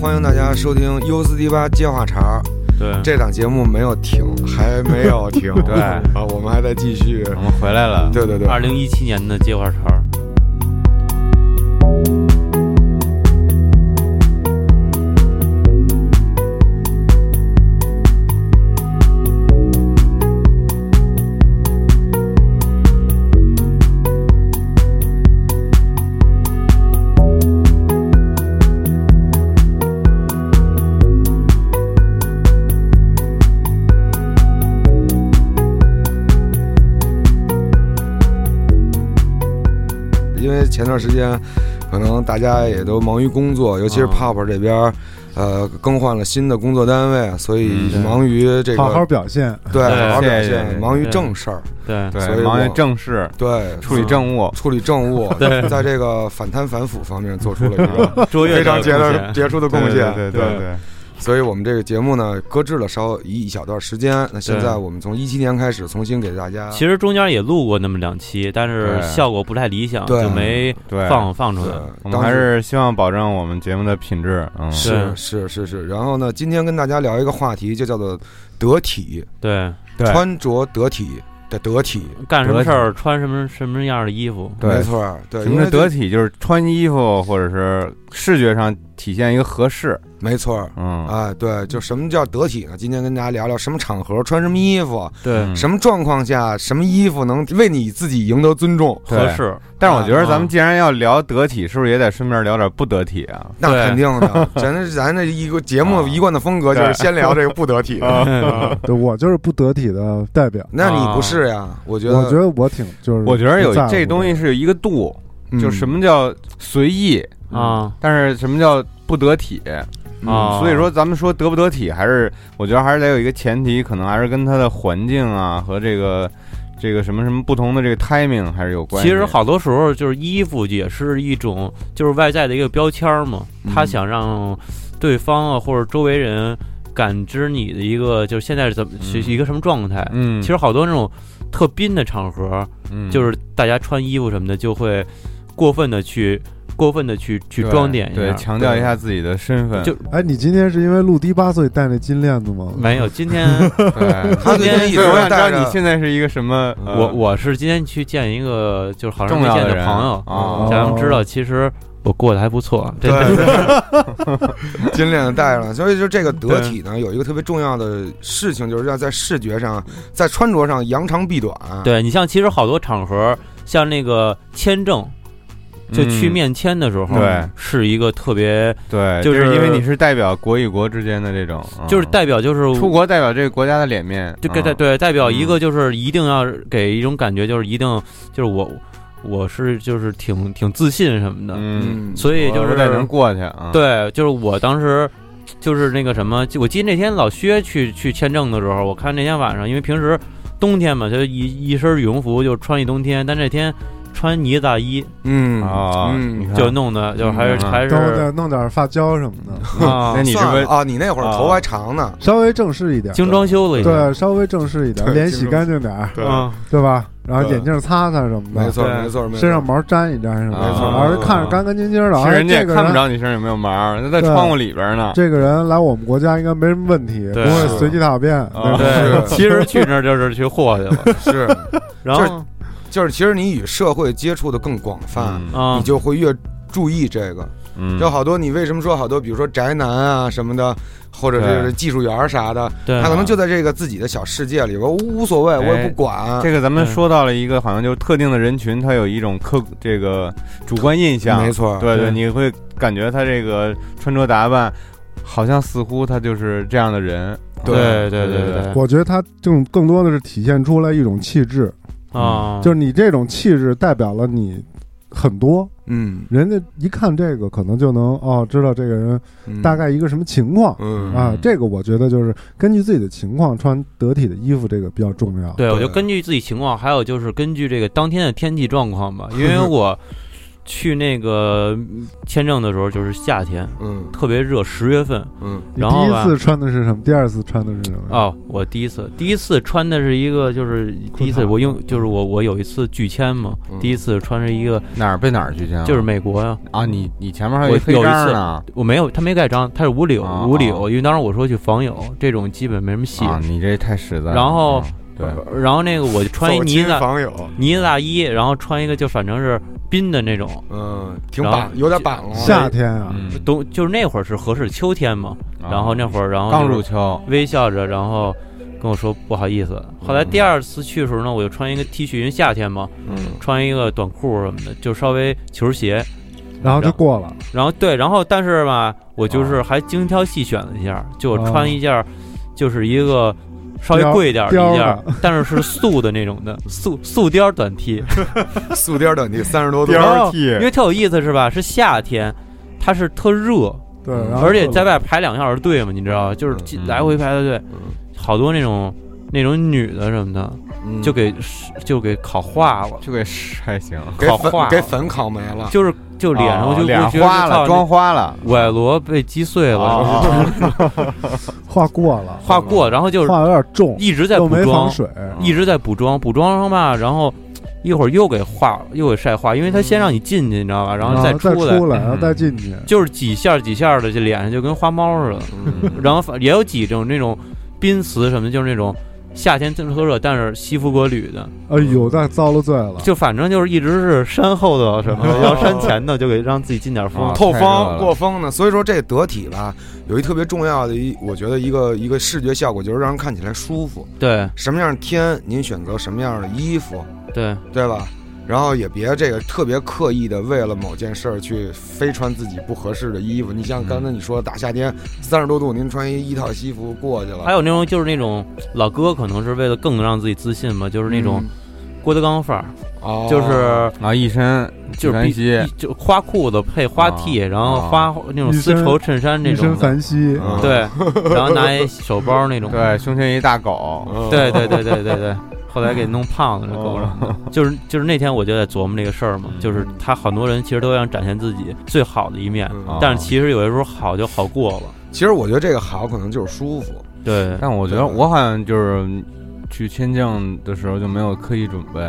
欢迎大家收听 U 四 D 八接话茬儿。对，这档节目没有停，还没有 停，对啊，我们还在继续。我们回来了。对对对二零一七年的接话茬儿，因为前段时间，可能大家也都忙于工作，尤其是啊 Pop 这边儿，呃，更换了新的工作单位，所以嗯忙于这个好好表现，对对好好表谢谢谢现，谢忙于正事儿，对嗯所以对，我忙于正事，对，处理政务，处理政 务，对在这个反贪反腐方面做出了一个 卓越非常杰杰的杰出的贡献，对对对对对，所以我们这个节目呢，搁置了稍一一小段时间。那现在对我们从一七年开始重新给大家，其实中间也录过那么两期，但是对效果不太理想，对就没对，放放出来。我对，们呃当还时是希望保证我们节目的品质，嗯，是对是是是。然后呢，今天跟大家聊一个话题，就叫做得体，对，对穿着得体的得体，干什么事儿穿什么什么样的衣服，对没错儿，对，什因么为是这得体，就是穿衣服或者是视觉上体现一个合适，没错儿。嗯，哎，对，就什么叫得体呢？今天跟大家聊聊什么场合穿什么衣服，对嗯什么状况下什么衣服能为你自己赢得尊重，对合适。但是我觉得啊咱们既然要聊得体，是不是也得顺便聊点不得体啊？那对肯定 的。咱这咱这一个节目啊一贯的风格就是对先聊这个不得体 的， 嗯对我就是不得体的代表。那你啊不是呀？我觉得，我觉得我挺就是，我觉得有不在乎这东西是有一个度，嗯就什么叫随意，啊但是什么叫不得体，嗯啊！所以说，咱们说得不得体，还是我觉得还是得有一个前提，可能还是跟它的环境啊和这个这个什么什么不同的这个 timing 还是有关其系。实好多时候就是衣服也是一种就是外在的一个标签儿嘛，嗯他想让对方啊或者周围人感知你的一个就是现在是怎么是嗯一个什么状态。嗯，其实好多那种特宾的场合，嗯就是大家穿衣服什么的就会过分的去过分的去去对装点一对，下，强调一下自己的身份。就哎，你今天是因为录低八所以戴那金链子吗？没有今 天对，他最近一直对，我想知带道着你现在是一个什么？呃我我是今天去见一个就是好长重没要见的的人朋友，啊想让他们知道其实我过得还不错，这对，对金链子戴上了，所以就这个得体呢，有一个特别重要的事情，就是要在视觉上、在穿着上扬长避短。啊对你像其实好多场合，像那个签证，就去嗯面签的时候，对，是一个特别，嗯对，就就是因为你是代表国与国之间的这种，嗯就是代表就是出国代表这个国家的脸面，就给嗯代对代表一个就是一定要给一种感觉，就是一定就是我我是就是挺挺自信什么的，嗯，所以就我是不太能过去啊。对，就是我当时。就是那个什么，就我记得那天老薛去去签证的时候，我看那天晚上，因为平时冬天嘛，就一一身羽绒服就穿一冬天，但这天穿呢子大衣，嗯啊，你嗯，看就弄的就还是、嗯还是等会儿再弄点发胶什么 的，啊那，你是算不了是啊？你那会儿头还长呢，稍微正式一点，精装修了一下，对，稍微正式一点，对脸洗干净点儿，对嗯， 对吧？然后对眼镜擦擦什么没的，错，对没错，没错。身上毛粘一粘什么没错的，而没是错看着干干净净的，其而实人家也这个看不人。着你身上有没有毛儿，他在对窗户里边儿呢。这个人来我们国家应该没什么问题，不对会随地大便。啊对，是 其实去那儿就是去祸去了。是， 然后就是其实你与社会接触的更广泛，嗯啊你，就会越注意这个。嗯就好多你为什么说好多，比如说宅男啊什么的，或者是对技术员儿啥的，对他可能就在这个自己的小世界里边，我无所谓，我也不管。这个咱们对说到了一个好像就是特定的人群，他有一种客这个主观印象，没错，对对对，你会感觉他这个穿着打扮，好像似乎他就是这样的人。啊对对对对对我觉得他更更多的是体现出来一种气质，嗯啊，嗯就是你这种气质代表了你很多，嗯，人家一看这个可能就能哦知道这个人嗯大，概一个什么情况、嗯啊嗯。这个我觉得就是根据自己的情况穿得体的衣服，这个比较重要。对，我就对 根据自己情况，还有就是根据这个当天的天气状况吧，因为我去那个签证的时候就是夏天，嗯特别热，十月份嗯你然后第一吧次穿的是什么？第二次穿的是什么？哦，我第一次，第一次穿的是一个，就是第一裤次衩我用，就是我我有一次拒签嘛，嗯第一次穿着一个哪儿被哪儿去签啊？就是美国呀、啊，你你前面还有我一黑有一章次呢我没有，他没盖章，他是无纽啊无啊纽，因为当时我说去访友，这种基本没什么戏。啊，你这太实在了。然后嗯对，然后那个我就穿一走呢亲子访友，呢子大衣，然后穿一个就反正是冰的那种，嗯，挺然后板，有点板哦了。夏天啊，嗯冬就是那会儿是合适秋天嘛，然后那会儿然后啊刚就是入秋，微笑着，然后跟我说不好意思。后来第二次去的时候呢，我就穿一个 T 恤，因为夏天嘛，嗯穿一个短裤什么的，就稍微球鞋。然后就过了。然后对，然后但是吧，我就是还精挑细选了一下，就我穿一件，就是一个稍微贵一点貂的儿一件的，但是是素的那种的素素貂短 T，素貂短 T，三十多度貂，儿然后 T 因为特有意思是吧？是夏天，它是特热，对，嗯然后而且过了在外排两个小时队嘛，你知道，就是嗯几嗯来回排的队，好多那种那种女的什么的，嗯就给就给烤化了， 就给是还行，给烤化粉了给粉烤没了。就是就脸上哦就脸花了，妆花了，崴罗被击碎了， 哦话过了，画过，然后就是话有点重，一直在又补没妆，防嗯水，一直在补妆，补妆上吧，然后一会儿又给化了，又给晒化，因为他先让你进去，你知道吧，然后啊再再出来，嗯然后再进去，就是几下几下的，这脸上就跟花猫似的，嗯然后反也有几种那种宾词什么的，就是那种。夏天正特热，但是西服革履的，哎呦，那遭了罪了。就反正就是一直是山后头什么的，哦要山前的就给让自己进点风。啊嗯透太热了风过风呢，所以说这个得体吧，有一特别重要的一，我觉得一个一个视觉效果就是让人看起来舒服。对什么样的天，您选择什么样的衣服，对，啊对吧？然后也别这个特别刻意的为了某件事儿去非穿自己不合适的衣服。你像刚才你说大夏天三十多度，您穿一一套西服过去了，还有那种就是那种老哥，可能是为了更让自己自信嘛，就是那种嗯郭德纲范儿，哦就是然后一身就是山必西一就花裤子配花 T，、啊然后花那种丝绸衬衫那一身种的，凡西，嗯对，然后拿一手包那种，对，胸前一大狗，嗯对对对对对对。后来给弄胖了，哦这狗上，就是就是那天我就在琢磨这个事儿嘛，哦嗯就是他很多人其实都想展现自己最好的一面，嗯啊但是其实有的时候好就好过了，其实我觉得这个好可能就是舒服，对， 但我觉得我好像就是去签证的时候就没有刻意准备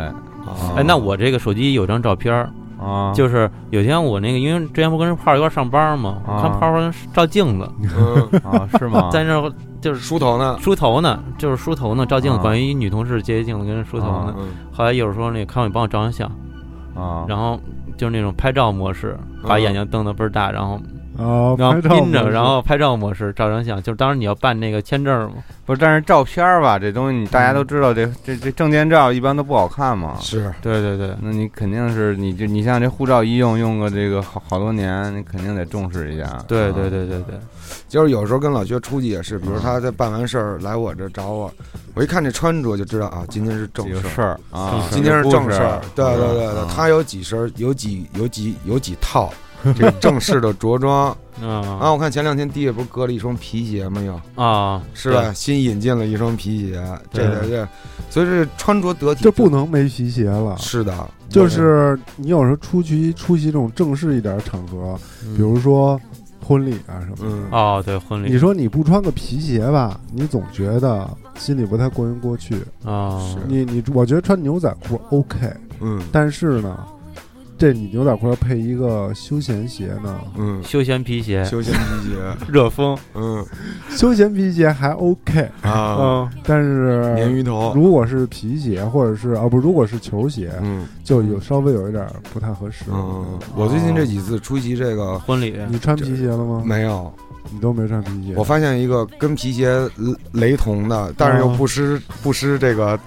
啊哎，那我这个手机有张照片儿，啊，就是有一天我那个，因为之前不跟炮儿一块儿上班嘛，我啊看炮儿照镜子，嗯，啊是吗？ 在那儿就是梳头 呢，梳头呢，就是梳头呢，照镜子，啊管一女同事接一镜子跟人梳头呢。嗯，后来有时候那个康伟帮我照张相，啊，然后就是那种拍照模式，把啊眼睛瞪得倍儿大，然后啊，嗯然后拍照盯着，嘛然后拍照模式照张相，就是当时你要办那个签证嘛，不是，但是照片儿吧，这东西你大家都知道，这这这证件照一般都不好看嘛。是，对对对。那你肯定是你这你像这护照一用用个这个好好多年，你肯定得重视一下。对啊对，对对对，就是有时候跟老薛出去也是，比如他在办完事儿来我这找我，我一看这穿着就知道啊，今天是正有事儿。事儿啊，今天是正事儿有故，对对对对嗯，他有几身，有几有几有几套这个正式的着装啊！嗯我看前两天地下不是搁了一双皮鞋吗？又啊，是吧？新引进了一双皮鞋，这个对这，所以这穿着得体就不能没皮鞋 了。是的，就是你有时候出去出席这种正式一点的场合，嗯比如说婚礼啊什么的。嗯对？哦，对婚你礼说你不穿个皮鞋吧，你总觉得心里不太过意过去。啊，是你你，我觉得穿牛仔裤 OK，嗯但是呢，这你牛仔裤要配一个休闲鞋呢， 嗯，休闲皮 鞋，休闲皮鞋，热风，嗯休闲皮鞋还 OK，啊，嗯，但鲶是鱼头，如果是皮鞋或者是啊不，如果是球鞋，嗯就有稍微有一点不太合适。嗯，我最近这几次出席这个婚礼你穿皮鞋了吗？没有，你都没穿皮鞋我。发现一个跟皮鞋雷同的，但是又不失不失这个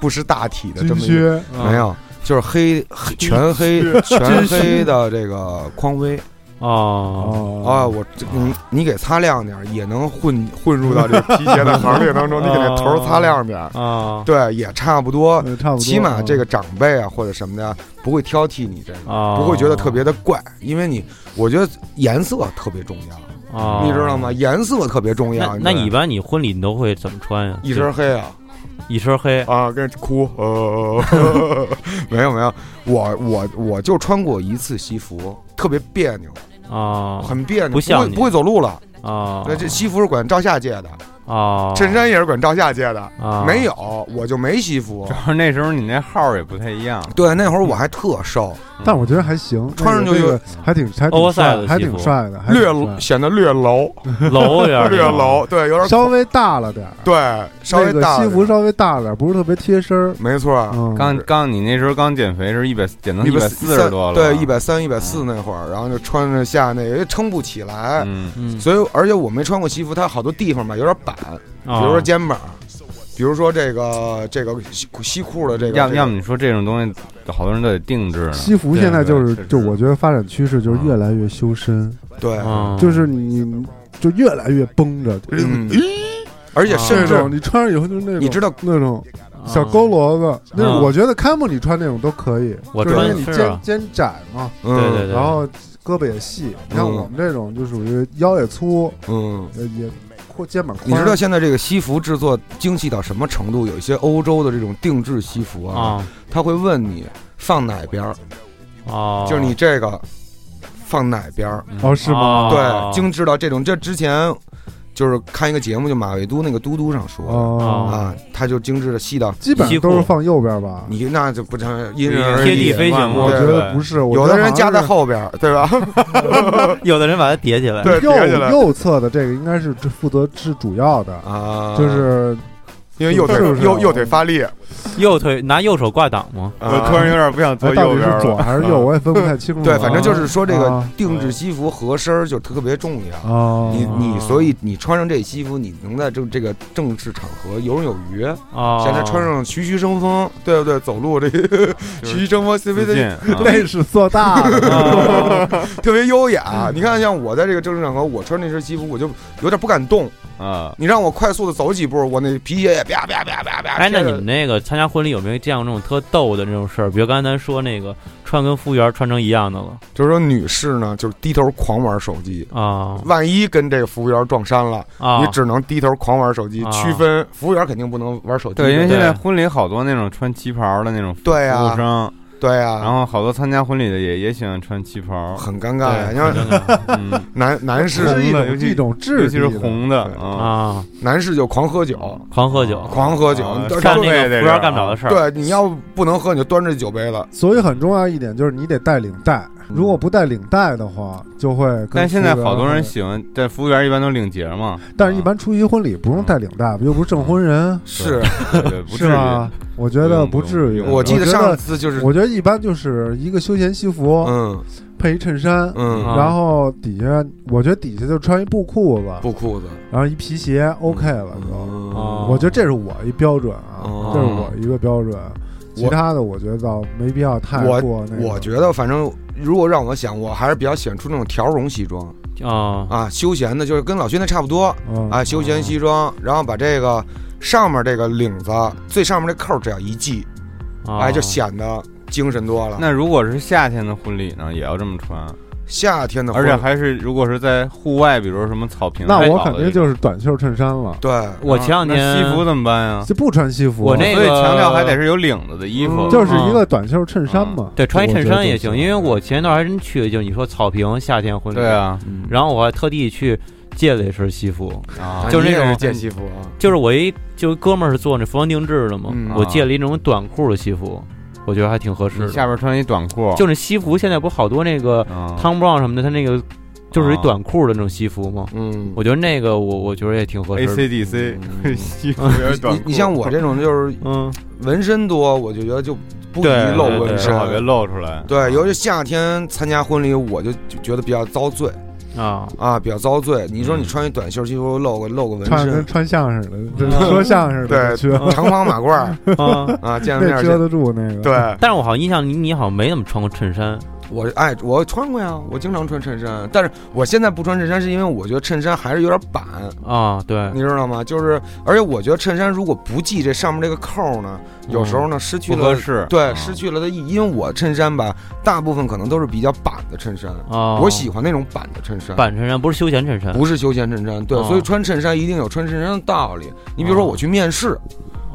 不失大体的这军么一个。靴啊没有，就是黑黑全黑全黑的这个匡威哦，啊，哦我这你你给擦亮点儿，也能混混入到这个皮鞋的行列当中，你给这头儿擦亮点儿，啊对，也差不多，呃差不多，哦起码这啊个长辈啊或者什么的不会挑剔你这个。啊，不会觉得特别的怪，因为你，我觉得颜色特别重要，啊，你知道吗？颜色特别重那要。那知道你一吗般你婚礼你都会怎么穿呀？一身黑啊，一身黑，啊，跟着哭，呃，没有没有，我我我就穿过一次西服，特别别扭，啊很别扭，不像会你不会走路了。啊，对，这西服是管赵夏借的，啊，衬衫也是管赵夏借的，啊没有我就没西服主。要是那时候你那号儿也不太一样，对，那会儿我还特瘦，但我觉得还行，穿上就那有个那个还挺还挺 oversize 帅，的还西挺服帅的，还挺略帅显得略楼，楼 哎点儿略楼，对，有点稍微大了点儿，对，稍微那个大了西服点稍微大了点儿，不是特别贴身儿。没错儿，嗯，刚刚你那时候刚减肥时候一百减到一百四十三多了，啊对，一，百三、一百四那会儿，然后就穿着下那个也撑不起来，嗯，嗯，所以而且我没穿过西服，它好多地方吧有点板，比比如说肩膀，比如说这个这个西西裤的这个，要这个要么你说这种东西，好多人都得定制呢，西服现在就对是对，就确实我觉得发展趋势就是越来越修身，对，嗯就是你就越来越绷着，嗯而且甚这至啊种你穿上以后就是那种，你知道那种嗯小佝，偻子，那种我觉得开幕你穿那种都可以，我就是因穿为你是啊肩肩窄嘛，嗯对对对然后胳膊也细，你像嗯我们这种就属于腰也粗，嗯。呃也阔肩膀宽，你知道现在这个西服制作精细到什么程度？有一些欧洲的这种定制西服啊，啊他会问你放哪边儿，哦，就是你这个放哪边儿，哦是吗？对，哦精致到这种。这之前就是看一个节目，就马未都那个嘟嘟上说哦，啊，他就精致的细到基本上都是放右边吧。你那就不成因人而贴地异。飞行嘛我觉得不对是，我有的觉得人好像夹在是后边儿，对吧？有的人把它叠起来，对叠起来右右侧的这个应该是负责是主要的，啊，就是因为右腿是啊不是右右腿发力，右腿拿右手挂挡吗？啊我突然有点不想哎坐到右底边是左了，还是右，我也分不太清楚了。对，反正就是说这个啊定制西服合身儿就特别重要。啊，你你啊所以你穿上这西服，你能在这这个正式场合游刃有余。啊，现在穿上徐徐生风，对不对？走路这 徐徐生风自 CVC 信啊，那是做 大嗯 了，特别优雅。啊你看，像我在这个正式场合，我穿那身西服，我就有点不敢动。啊，你让我快速的走几步，我那皮鞋也啪啪啪啪啪。哎，那你们那个参加婚礼有没有见过那种特逗的那种事儿？比如刚才咱说那个穿跟服务员穿成一样的了就是说女士呢，就是低头狂玩手机，啊万一跟这个服务员撞衫了，啊！你只能低头狂玩手机，啊区分服务员肯定不能玩手机。对，因为对现在婚礼好多那种穿旗袍的那种服对呀务生，对呀、然后好多参加婚礼的也也喜欢穿旗袍，很尴尬呀。对你看真的嗯，男男这士是一红的尤种其一种质尤地其的是红的啊，啊，男士就狂喝酒，狂喝酒，狂喝酒啊对干哦那对个啊对服务员干不了的哦事儿。对，你要不能喝，你就端着酒杯了。所以很重要一点就是你得带领带，如果不带领带的话，就会跟但现在服务员好多人会，喜欢，但服务员一般都领结嘛，啊但是一般出席婚礼不用带领带，又不是证婚人，是对对，不至是啊于。吧？我觉嗯得不至于。不用不用我我记得觉上次就是，我觉得一般就是一个休闲西服嗯配一衬衫，嗯，啊然后底下我觉得底下就穿一布裤子，布裤子然后一皮鞋，OK 了就。嗯哦我觉得这是我一标准啊，哦这是我一个标准。其他的我觉得倒没必要太过那个。我觉得，反正如果让我想，我还是比较喜欢出那种条绒西装啊啊，休闲的，就是跟老薛那差不多嗯啊，休闲西装，然后把这个上面这个领子最上面这扣只要一系，哦啊哎，就显得精神多了。那如果是夏天的婚礼呢，也要这么穿，夏天的婚而礼，且还是如果是在户外，比如说什么草坪，那我肯定就是短袖衬衫了，对，我前两天那西服怎么办呀？就不穿西服。我那所以个强调还得是有领子的衣服，嗯就是一个短袖衬衫嘛，啊对穿一衬衫也行，我觉得就因为我前一段还真去，就你说草坪夏天婚礼，对，啊，嗯然后我还特地去借了一身西服，啊就是那你也种是见西服啊，就是我一就哥们儿是做那服装定制的嘛，嗯我借了一种短裤的西服，我觉得还挺合适嗯你的。下边穿一短裤，就是西服现在不好多那个啊 Tom Brown 什么的，他那个就是一啊短裤的那种西服嘛，嗯，我觉得那个我我觉得也挺合 A 适的。 C D C 嗯 西服有点短你你像我这种就是嗯，纹身多，我就觉得就不宜对露对对纹最好别身。露出来。对，尤其夏天参加婚礼，我就觉得比较遭罪啊，啊，比较遭罪。你说你穿一短袖西服，露个露个纹穿跟身，穿相声的，这说相声的嗯对去，长袍马褂 儿 啊啊，见了那面遮见得住那个。，对，但是我好像印象你你好像没怎么穿过衬衫我哎，我穿过呀，我经常穿衬衫，但是我现在不穿衬衫，是因为我觉得衬衫还是有点板，啊，对，你知道吗？就是，而且我觉得衬衫如果不系这上面这个扣儿呢，嗯有时候呢失去不合了适，对，啊失去了它意义。因为我衬衫吧，大部分可能都是比较板的衬衫，啊，我喜欢那种板的衬衫，板衬衫不是休闲衬衫，不是休闲衬衫。对，哦所以穿衬衫一定有穿衬衫的道理。你比如说，哦我去面试，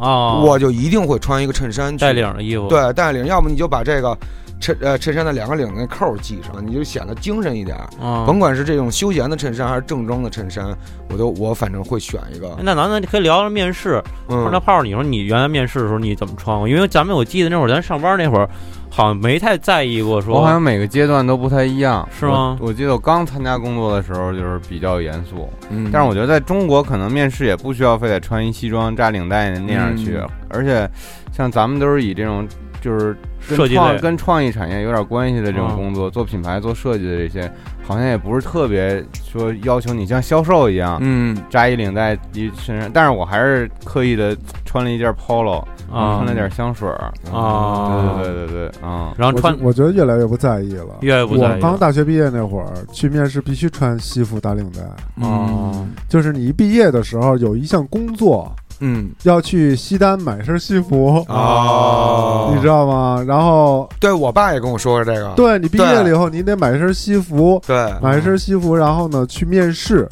啊，我就一定会穿一个衬衫去带领的衣服，，对，带领，要么你就把这个衬呃衬衫的两个领子那扣儿系上，你就显得精神一点儿。嗯，甭管是这种休闲的衬衫还是正装的衬衫，我都我反正会选一个。哎那咱们可以聊聊面试。不是那嗯，炮儿，你说你原来面试的时候你怎么穿过？因为咱们我记得那会儿咱上班那会儿，好像没太在意过说。我好像每个阶段都不太一样，是吗我？我记得我刚参加工作的时候就是比较严肃，嗯但是我觉得在中国可能面试也不需要非得穿一西装扎领带那样去，嗯而且像咱们都是以这种就是跟设计创类跟创意产业有点关系的这种嗯工作，做品牌、做设计的这些，好像也不是特别说要求你像销售一样。嗯，扎一领带一身上，但是我还是刻意的穿了一件 polo，、啊穿了点香水儿，嗯啊，对对对对对，嗯，然后我穿觉我觉得越来越不在意了。越来越不在意我刚大学毕业那会儿去面试，必须穿西服打领带。嗯哦就是你一毕业的时候，有一项工作嗯要去西单买身西服，哦你知道吗？然后对我爸也跟我说过这个。对你毕业了以后，你得买一身西服，对，啊哎买一身西服，然后呢去面试，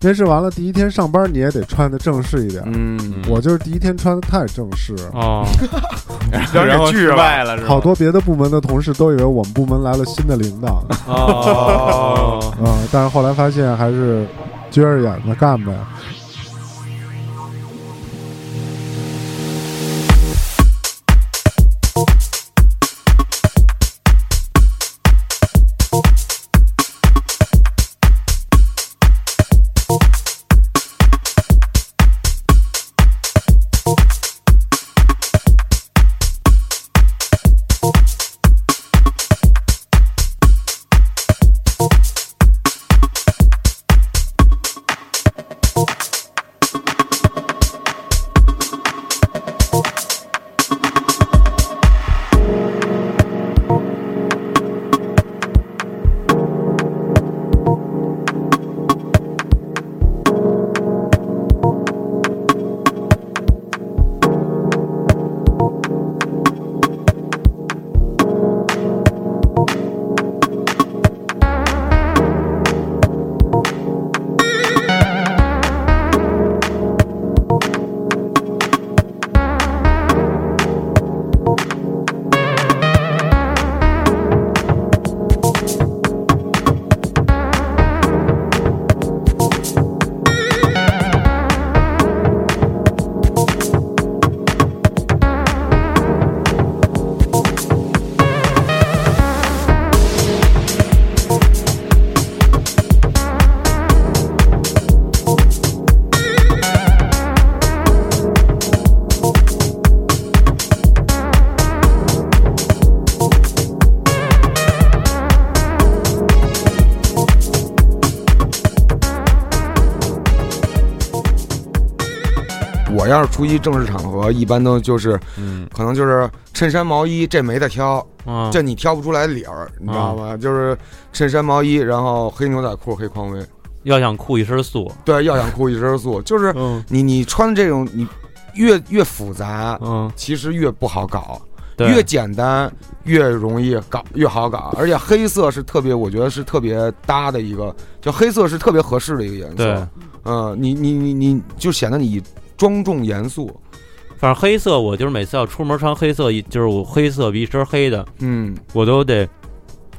面试完了第一天上班你也得穿的正式一点。嗯我就是第一天穿的太正式，哦，然后然后给拒失了败了，是吧好多别的部门的同事都以为我们部门来了新的领导啊、哦，但是后来发现还是撅着眼子干呗。我要是出席正式场合，一般都就是嗯，可能就是衬衫毛衣，这没得挑，嗯这你挑不出来理儿，你知啊道吗？就是衬衫毛衣，然后黑牛仔裤、黑匡威，要想酷一身素，对，要想酷一身素，就是嗯你你穿这种你越越复杂，嗯，其实越不好搞，对越简单越容易搞，越好搞。而且黑色是特别，我觉得是特别搭的一个，就黑色是特别合适的一个颜对，色。嗯，你你你你就显得你庄重严肃。反正黑色我就是每次要出门穿黑色，一就是我黑色比一身黑的，嗯，我都得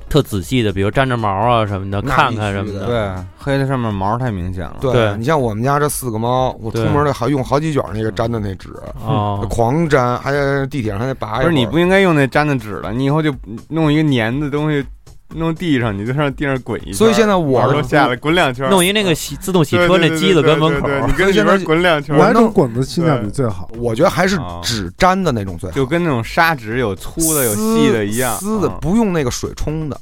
特仔细的，比如粘着毛啊什么的，那看看必什须么的的。对，黑的上面毛太明显了，对对你像我们家这四个猫，我出对门得还用好几卷那个粘的那纸，哦，狂粘，还在地铁上还得拔一会不儿。是你不应该用那粘的纸了，你以后就弄一个粘的东西弄地上，你就上地上滚一圈儿，所以现在我玩儿都下来滚两圈儿，弄一那个洗自动洗对车那对对机子对跟门对口对儿你跟所以里现在边滚两圈我儿，还种滚子性价比最好？我觉得还是啊纸粘的那种最好，就跟那种砂纸有粗的有细的一样，嗯撕撕的不用那个水冲的，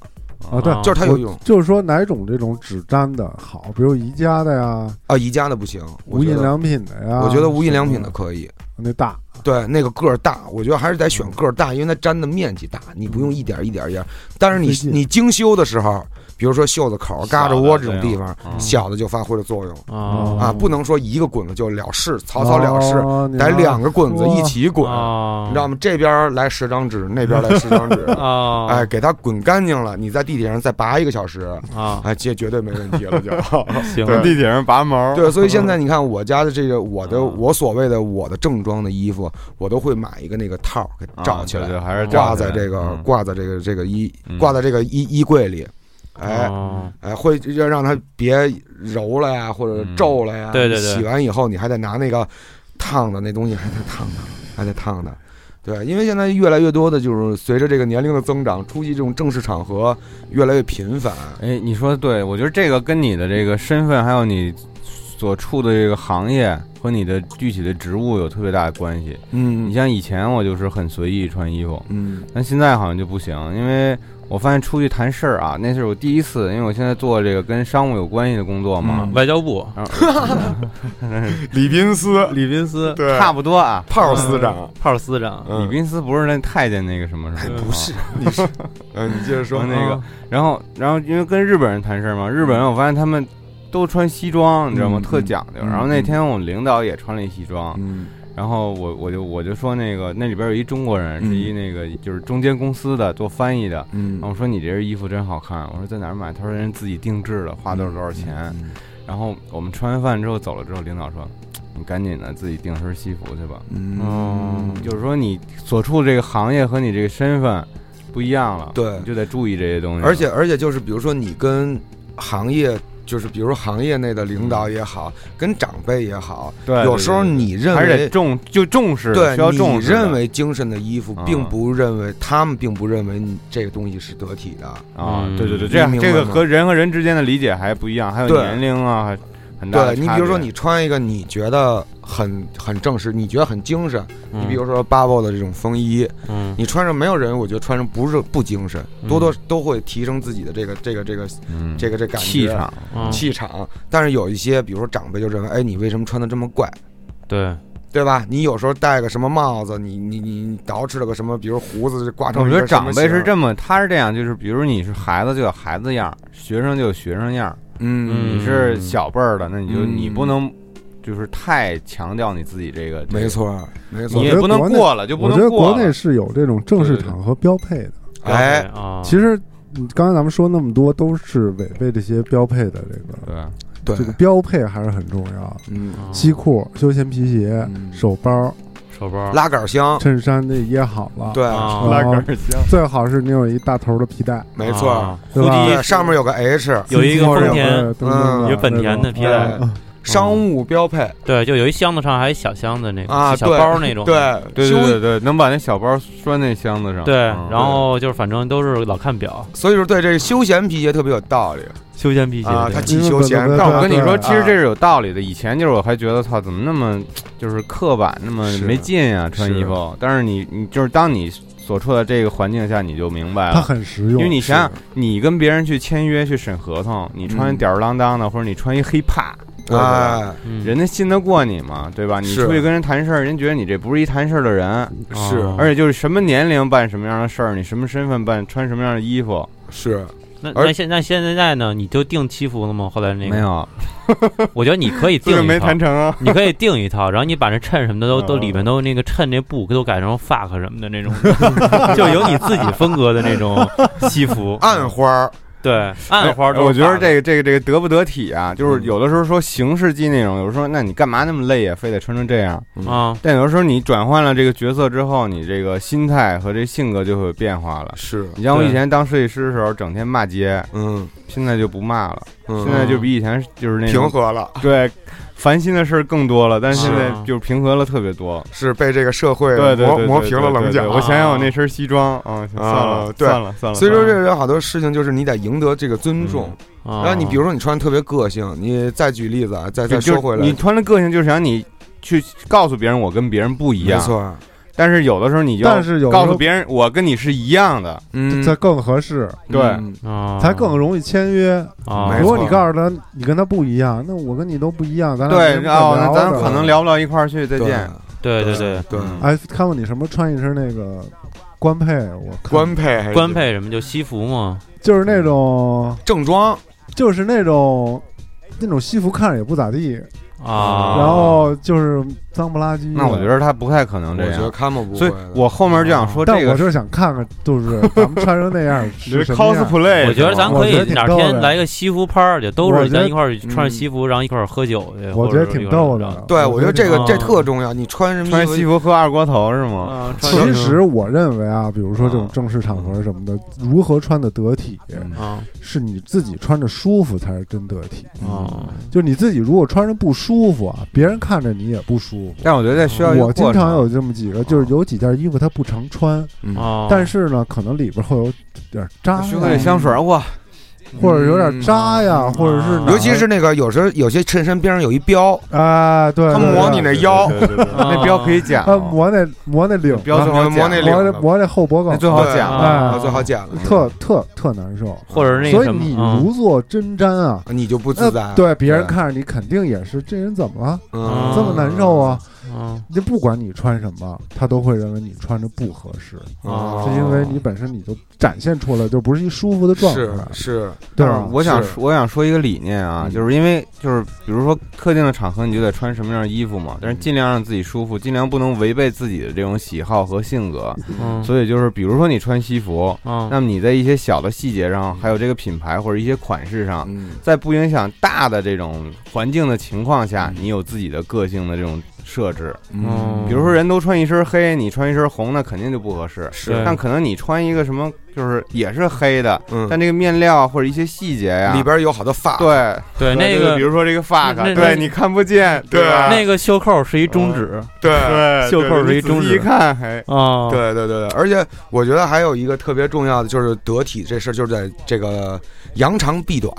啊，对，啊就是它有一种就是说哪种这种纸粘的好，比如宜家的呀，啊宜家的不行，我无觉印得良品啊的呀，我觉得无印良品的可以，那大，对，那个个儿大，我觉得还是得选个儿大，因为它粘的面积大，你不用一点一点一点。但是你费劲你精修的时候，比如说袖子口、嘎小的着窝这种这地样方，嗯小的就发挥了作用哦啊，不能说一个滚子就了事，草草了事，哦得两个滚子说一起滚，哦，你知道吗？这边来十张纸，那边来十张纸啊，哎，给它滚干净了，你在地铁上再拔一个小时，啊，哎，这绝对没问题了就。行，啊从地铁上拔毛儿，对，所以现在你看我家的这个，我的嗯我所谓的我的正装的衣服，子，我都会买一个那个套儿给啊罩起来，对对还是挂罩起在来这个、嗯挂在这个这个衣嗯挂在这个衣衣柜里，哎、哦哎，会要让它别揉了呀，或者嗯皱了呀。对对对洗完以后你还得拿那个烫的那东西，还得烫烫，还得烫烫。对，因为现在越来越多的就是随着这个年龄的增长，出席这种正式场合越来越频繁。哎，你说的对，我觉得这个跟你的这个身份，还有你所处的这个行业和你的具体的职务有特别大的关系。嗯你像以前我就是很随意穿衣服，嗯但现在好像就不行，因为我发现出去谈事儿啊，那是我第一次，因为我现在做这个跟商务有关系的工作嗯嘛，外交部然后礼宾司李斌斯对差不多啊。炮司长，炮司长，嗯李宾斯不是那太监那个什么什么，不哎是你 是，呃，你接着说说那个，然后然后因为跟日本人谈事儿嘛，日本人我发现他们都穿西装，你知道吗？嗯特讲究。嗯然后那天我们领导也穿了一西装，嗯然后我我就我就说那个那里边有一中国人，嗯是一那个就是中间公司的做翻译的。嗯然后我说你这身衣服真好看，我说在哪儿买？他说人自己定制的，花多嗯少多少钱。然后我们吃完饭之后走了之后，领导说你赶紧的自己订身西服去吧。嗯，就是说你所处这个行业和你这个身份不一样了，对你就得注意这些东西了。而且而且就是比如说你跟行业。就是比如说行业内的领导也好，跟长辈也好，对，对有时候对对你认还是为得重就重视，对需要重你视的。认为精神的衣服啊，并不认为他们并不认为你这个东西是得体的。啊，嗯对对对，你这样明白这个吗和人和人之间的理解还不一样，还有对年龄啊，还很大的对你差比如说别你穿一个你觉得很很正式，你觉得很精神，嗯你比如说 Babo 的这种风衣，嗯，你穿上没有人，我觉得穿上不是不精神，嗯多多都会提升自己的这个这个这个嗯这个这感觉气场，嗯气场。但是有一些，比如说长辈就认为，哎，你为什么穿的这么怪？对，对吧？你有时候戴个什么帽子，你你你你捯饬了个什么，比如胡子刮成我一觉个得长辈是样，这么，他是这样，就是比如你是孩子就有孩子样儿，学生就有学生样儿，嗯你是小辈儿的，那你就嗯你不能就是太强调你自己这个，没，错儿，没错你儿。也我觉得不能国内过了，就不我觉得能国过内了。是有这种正式场合标配的。哎，啊，其实嗯刚才咱们说那么多，都是违背这些标配的这个对，对这，个标配还是很重要。嗯，嗯西裤、休闲皮鞋、嗯手包、手包拉杆箱，衬衫那掖好了，对，啊拉杆箱，最好是你有一大头的皮带，没错啊儿，，对估吧对，计上面有个 H，有一个丰田，嗯有本田的皮带哎嗯商务标配，对，就有一箱子上还有小箱子那嗯啊种小包那种，对对休对对对，能把那小包拴那箱子上，对，嗯然后就是反正都是老看表，所以说对这个休闲皮鞋特别有道理休闲皮鞋啊，对它既休闲，但对但我我跟跟你你说，说，其实这是有道理的。以前就是我还觉得，操，怎么那么就是刻板，那么是没劲啊，穿衣服。但是你你就是当你所处的这个环境下，你就明白它了。很实因用。为你想想是，你跟别人去签约去审合同，你穿嗯吊儿郎当的，或者你穿一黑怕，哎，嗯人家信得过你吗？对吧？你是出去跟人谈事儿，人觉得你这不是一谈事儿的人，哦而且就是什么年龄办什么样的事儿，你什么身份办穿什么样的衣服，是那而那现那现在呢？你就定西服了吗？后来那个，没有，我觉得你 可以这定个没一套谈，成啊。你可以定一套，然后你把那衬什么的都都嗯里面都那个衬那布都改成 fuck 什么的 那种，就有你自己风格的那种西服，暗花儿，对暗花都是 fuck 哎的。我觉得这个这个这个得不得体啊？就是嗯有的时候说形式记那种，有时候说那你干嘛那么累呀、非得穿成这样？啊，但有的时候你转换了这个角色之后，你这个心态和这性格就会有变化了。是，你像我对以前当设计师的时候，整天骂街，嗯现在就不骂了，嗯，现在就比以前就是那平种和了，对烦心的事儿更多了，但是现在啊就是平和了特别多。是被这个社会对对磨对，磨对平了对对棱对角。啊我想想我那身西装，嗯，算了，对算了，算了。所以说，算这了人好多事情就是你得赢得这个尊重。然然后你比如说你穿得特别个性，你再举例子啊，再再嗯就说回来，你穿的个性就是想你去告诉别人我跟别人不一没样，错，但是有的时候你就但是有的时候告诉别人，我跟你是一样的。嗯，这更合适，对嗯才更容易签约。啊没如错果你告诉他你跟他不一样，那我跟你都不一样，咱俩对，没什么然后那可聊咱的可能聊不到一块儿去，再见。对对对对，对，哎，看过你什么穿一身那个官配，我看官配还是官配什么就西服嘛，就是那种正装，就是那种那种西服看着也不咋地，啊，然后就是脏不拉几的。那我觉得他不太可能我这觉得样，卡姆不所会以的，我后面就想说但这我个就是想看看，就是咱们穿成那样是什么样。 cosplay，我觉得咱是吗可以我觉得挺哪逗天的来个西服趴儿去，都我是觉得咱一块儿穿着嗯西服，然后一块儿喝酒去。我或觉得者挺一块儿逗怎么的着。对我觉得这个啊这特重要，你穿什么穿西服？服喝二锅头是吗？啊，穿其着实我认为啊，比如说这种正式场合什么的，如何穿的得体，嗯啊是你自己穿着舒服才是真得体。啊，就你自己如果穿着不舒服啊，别人看着你也不舒服。但我觉得这需要一个我经过程常有这么几个，就是有几件衣服它不常穿，嗯，哦，但是呢，可能里边会有点渣徐哥这呀，香水儿哇，或者有点渣呀，嗯或者是哪儿啊尤其是那个有时候有些衬衫边上有一标，啊，对，他对磨对你那腰对，对对对啊那标可以剪啊，了，磨那磨那领子，标最好剪了磨那领磨子那磨那后脖梗那，最好剪啊了。哎啊最好剪了，特特特难受。或者是那所个以什你么，嗯如坐针毡啊，你就不自那在，对别人看着你肯定也是，这人怎么了？嗯，这么难受啊！嗯你不管你穿什么，他都会认为你穿着不合适，哦啊，哦嗯是因为你本身你就展现出来就不是啊一舒服的状是态，是，对但吧？是我想是说，我想说一个理念啊，嗯就是因为就是比如说特定的场合，你就得穿什么样的衣服嘛，但是嗯尽量让自己舒服，尽量不能违背自己的这种喜好和性格。嗯所以就是比如说你穿西服，嗯那么你在一些小的细节上，还有这个品牌或者一些款式上，嗯在不影响大的这种环境的情况下，嗯你有自己的个性的这种设置。嗯比如说人都穿一身黑，你穿一身红，那肯定就不合适。是对但可能你穿一个什么，就是也是黑的，嗯啊但这个面料或者一些细节呀，里边有好多发，对对那就是个比如说这个发卡，那那对你看不见，对吧？嗯那个袖扣是一中指对啊对袖扣是一中指你仔细一看，嘿，啊，对对对对，而且我觉得还有一个特别重要的就是得体这事儿，就是在这个扬长避短。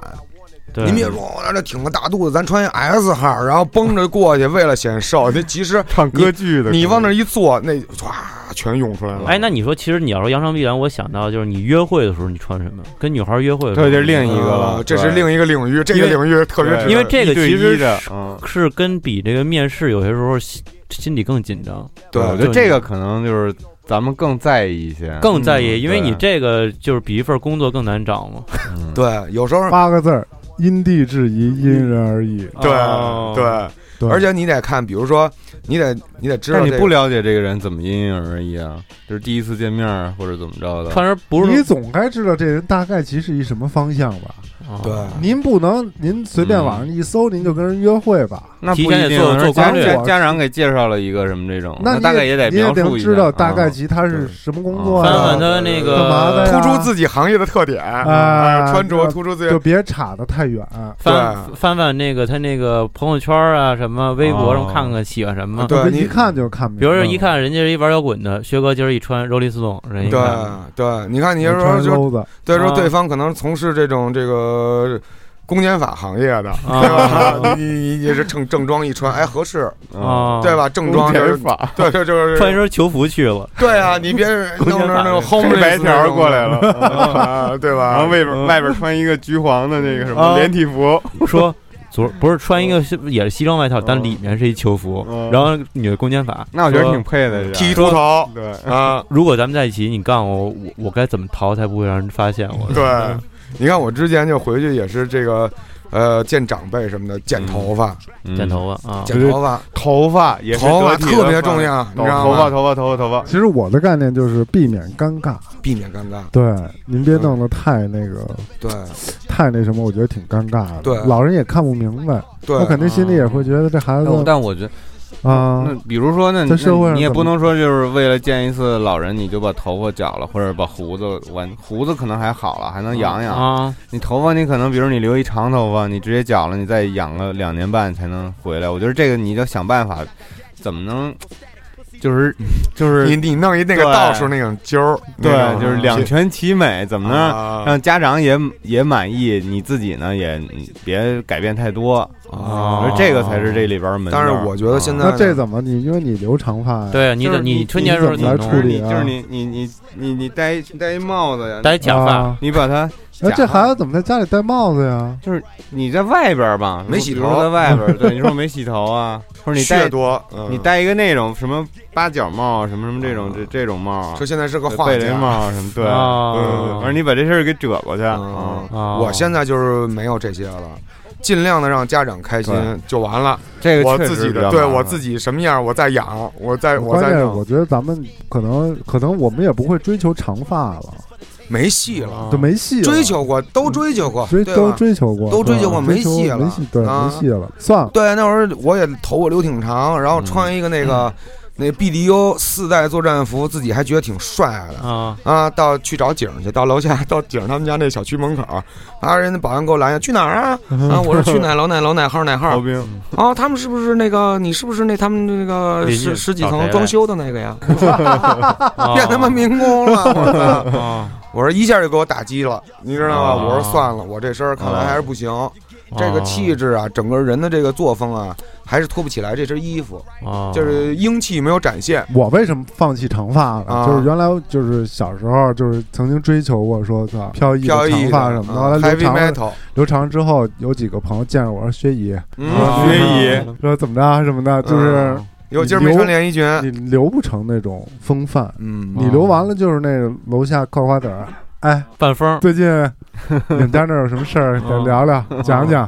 对，您别说，我这挺个大肚子，咱穿一 S 号，然后绷着过去，为了显瘦，那其实唱歌剧的你往那一坐，那唰全涌出来了。嗯哎，那你说，其实你要说扬长避短，我想到就是你约会的时候你穿什么，跟女孩约会的时候，这就是另一个了呃，这是对另一个领域，这个因领域特别值得因为这个其实一对一的，嗯，是跟比这个面试有些时候心心里更紧张，对我觉得这个可能就是咱们更在意一些，更在意，嗯因为你对这个就是比一份工作更难找嘛。嗯对，有时候八个字儿，因地制宜，因人而异。对哦，对，对，而且你得看，比如说你得你得知道但你这不个了解这个人怎么因人而异啊，就是第一次见面儿或者怎么着的，穿着不你是总该知道这人大概其是一什么方向吧？啊对嗯您不能您随便网上一搜，您就跟人约会吧？那提不前一得定做啊做家攻略家家长给介绍了一个什么这种，那你哦大概也得得你也描述一下，知道大概嗯其他是什么工作翻呀翻？他那干嘛的个，呀？啊突出自己行业的特点，哎穿着突出自己就别岔得太远。翻啊对翻翻那个他那个朋友圈啊，什么微博哦上看看喜欢什么。对啊就别你一看就看明白比如了。嗯说一看人家是一玩摇滚的，薛哥今儿一穿 Rolling Stone，人一对啊看对，你看你我就说穿就钩子，对，说啊对方可能从事这种这个公检法行业 的，啊对 吧？你你你是正正装一穿，哎，合适，嗯啊，对？吧？正装就是公检法对对就穿一是身球服去了，对啊，你别是公弄检成法那种是红 黑白条儿过来了，啊，对吧？然后外边外边穿一个橘黄的那个什啊么连体服，说昨儿不是穿一个是也是西装外套，但里面是一球服，嗯然后女的公检法，那我觉得说 挺配的，这剃样一秃头 对。啊，如果咱们在一起，你干我，我我该怎么逃才不会让人发现我？对。你看我之前就回去也是这个，呃，见长辈什么的，剪头嗯发，剪头发啊，剪头发，头发也是头发得体的特别重要，你头知道头发吗？头发头发头发其实我的概念就是避免尴尬。避免尴尬，对，您嗯别弄得太那个对太那什么，我觉得挺尴尬的。对老人也看不明白，他对嗯肯定心里也会觉得这孩头发。子但我觉得，啊那，比如说，那嗯在社会上那你也怎么不能说就是为了见一次老人，你就把头发绞了，或者把胡子完，胡子可能还好了，还能养养。啊，你头发，你可能比如你留一长头发，你直接绞了，你再养个两年半才能回来。我觉得这个你就想办法，怎么能，就是就是你你弄一那个对倒数那种揪儿，那对，种就是两全其美，怎么呢？啊让家长也也满意，你自己呢也别改变太多，啊我觉得这个才是这里边儿门道但儿。是我觉得现在那这怎么你因为你留长发呀？对，你就是得啊你你春节的时候你怎么来弄处就是理你啊就是你你你你你戴一戴一帽子呀，戴假发，啊。你把它那这假发孩子怎么在家里戴帽子呀？你在外边儿吧，没洗头比如在外边儿，对，你说没洗头啊， 或者你血戴多，嗯你戴一个那种什么八角帽啊，什么什么这种这这种帽啊说，现在是个对画贝雷家帽啊什么，对，啊哦对对对，反正你把这事儿给遮过去啊。嗯我现在就是没有这些了。尽量的让家长开心对就完了。这我确自实己比的，较对麻烦我自己什么样，我再养，我再我关再键弄，我觉得咱们可能可能我们也不会追求长发了，没戏了。就没嗯戏了。啊追求过，都追求过，追对都吧？追求过，都追求过嗯没追求戏了没戏，对，啊没戏了，算了。对，那会儿我也头发留挺长，嗯然后穿一个那个、那 BDU 四代作战服，自己还觉得挺帅的。啊，啊，到去找景儿去，到楼下，到景儿他们家那小区门口儿，啊，人家保安给我拦下，去哪儿啊？啊，我说去哪楼哪楼哪号哪号 刨冰，啊？他们是不是那个你是不是那他们那个邻居十十几找谁层来装修的那个呀？ 啊变他妈民工了，我操！啊， 我说一下就给我打击了，你知道吗？啊我说算了，我这身儿看来还是不行，哦哦这个气质质啊，整个人的这个作风啊，还是脱不起来这身衣服，哦哦就是英气没有展现。我为什么放弃长发啊了？就是原来就是小时候就是曾经追求过，说操飘逸的飘逸长的发什么的，后来嗯留，heavy 长了 metal，留长之后，有几个朋友见着我说薛姨，啊嗯，学医说怎么着啊什么的，就是有今儿没穿连衣裙，你留不成那种风范，嗯，你留完了就是那个楼下嗑瓜子儿，啊哎，半风儿，最近你们家那儿有什么事儿，啊得聊聊 讲讲，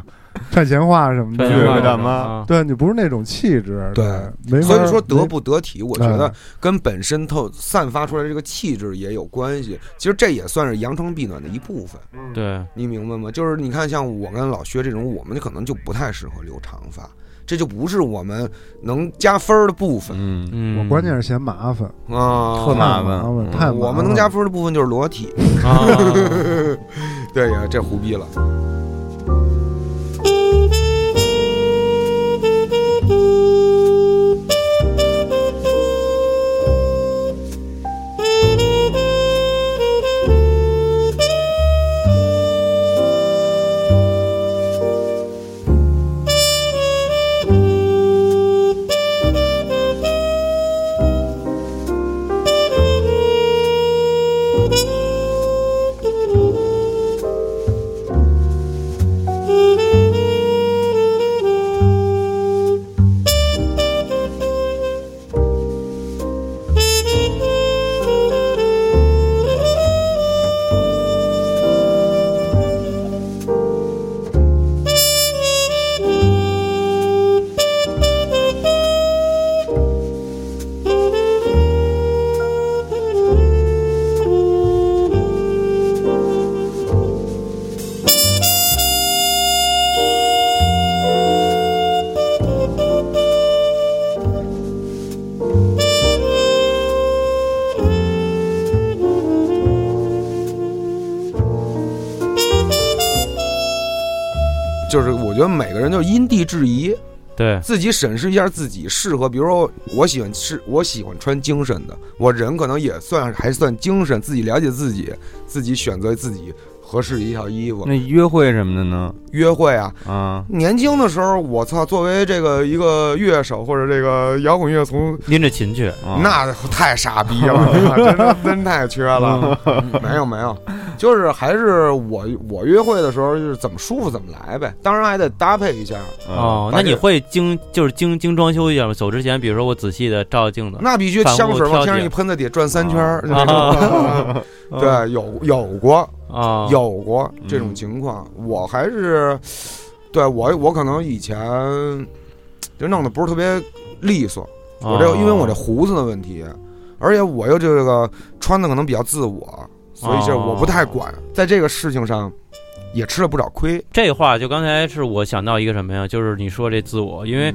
串闲话什么穿的，小对袜子大妈啊对你不是那种气质，对，没法所以说得没不得体，我觉嗯得跟本身透散发出来这个气质也有关系。其实这也算是阳春避暖的一部分，对，你明白吗？就是你看，像我跟老薛这种，我们可能就不太适合留长发，这就不是我们能加分儿的部分嗯，嗯，我关键是嫌麻烦，啊。特麻太烦烦，嗯太麻烦我们能加分儿的部分就是裸体。啊， 对呀，这胡逼了。就是我觉得每个人就因地制宜，对，自己审视一下自己适合，比如说我喜欢吃，我喜欢穿精神的，我人可能也算还算精神，自己了解自己，自己选择自己合适的一套衣服。那约会什么的呢？约会啊，啊，年轻的时候，我操，作为这个一个乐手或者这个摇滚乐从，拎着琴去，啊那太傻逼了，真的真太缺了。没有没有，就是还是我我约会的时候就是怎么舒服怎么来呗，当然还得搭配一下。啊哦，把那这你会精就是精精装修一下吗？走之前，比如说我仔细的照镜子，那必须反复香水往天挑上剔一喷，在底下转三圈儿，就那啊 种对，有有过啊，有过这种嗯情况，我还是对我我可能以前就弄得不是特别利索，我啊这因为哦我这胡子的问题，而且我又这个穿的可能比较自我，所以就是我不啊太管，在这个事情上也吃了不少亏，这话就刚才是我想到一个什么呀？就是你说这自我，因为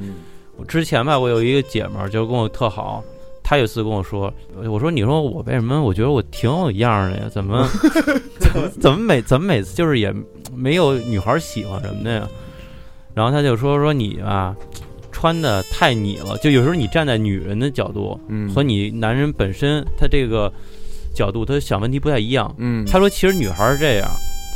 我之前吧，我有一个姐们儿就跟我特好，她有一次跟我说，我说你说我为什么我觉得我挺有样儿的呀？怎么怎么怎么每怎么每次就是也没有女孩儿喜欢什么的呀？然后她就说说你吧，穿的太你了，就有时候你站在女人的角度嗯， 和你男人本身他这个角度他想问题不太一样。嗯，他说其实女孩儿是这样，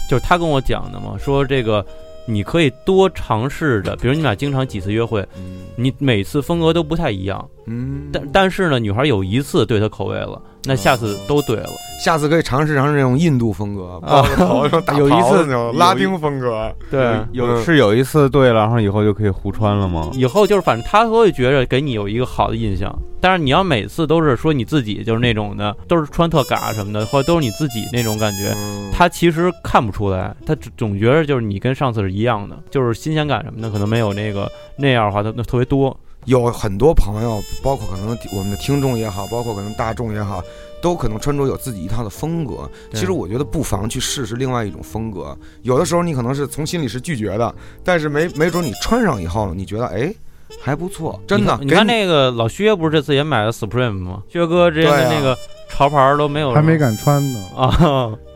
就是他跟我讲的嘛，说这个你可以多尝试着，比如你俩经常几次约会，嗯你每次风格都不太一样，嗯，但但是呢，女孩有一次对他口味了，那下啊次都对了。下次可以尝试尝试这种印度风格，包啊个 头说大有一次袍子那种拉有一丁风格，对有嗯是有一次对了，然后以后就可以胡穿了吗？以后就是反正他会觉着给你有一个好的印象，但是你要每次都是说你自己就是那种的，都是穿特嘎什么的，或者都是你自己那种感觉，嗯他其实看不出来，他只总觉着就是你跟上次是一样的，就是新鲜感什么的可能没有那个那样的话，他那特别多。有很多朋友，包括可能我们的听众也好，包括可能大众也好，都可能穿着有自己一套的风格。对其实我觉得不妨去试试另外一种风格。有的时候你可能是从心里是拒绝的，但是没没准你穿上以后，你觉得哎还不错，真的。你看你看给那个老薛不是这次也买了 Supreme 吗？薛哥之前对的啊那个潮牌都没有，还没敢穿呢，啊，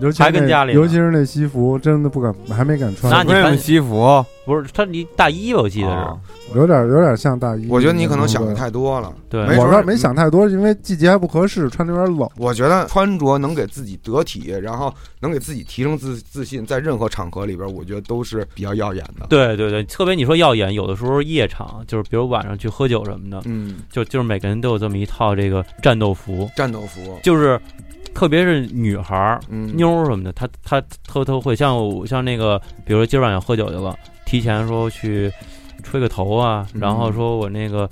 尤其是还跟那家里呢尤其是那西服，真的不敢，还没敢穿。那你不是看西服，不是他你大衣吧？我记得是，哦啊有点有点像大衣。我觉得你可能想的嗯太多了。对，没我准倒儿没想太多，因为季节还不合适，穿着有点冷。我觉得穿着能给自己得体，然后能给自己提升自自信，在任何场合里边，我觉得都是比较耀眼的。对对对，特别你说耀眼，有的时候夜场就是，比如晚上去喝酒什么的，嗯，就就是每个人都有这么一套这个战斗服，战斗服，就是特别是女孩儿、嗯，妞儿什么的，她她偷偷会像我像那个，比如说今儿晚上喝酒去了，提前说去吹个头啊，嗯然后说我那个。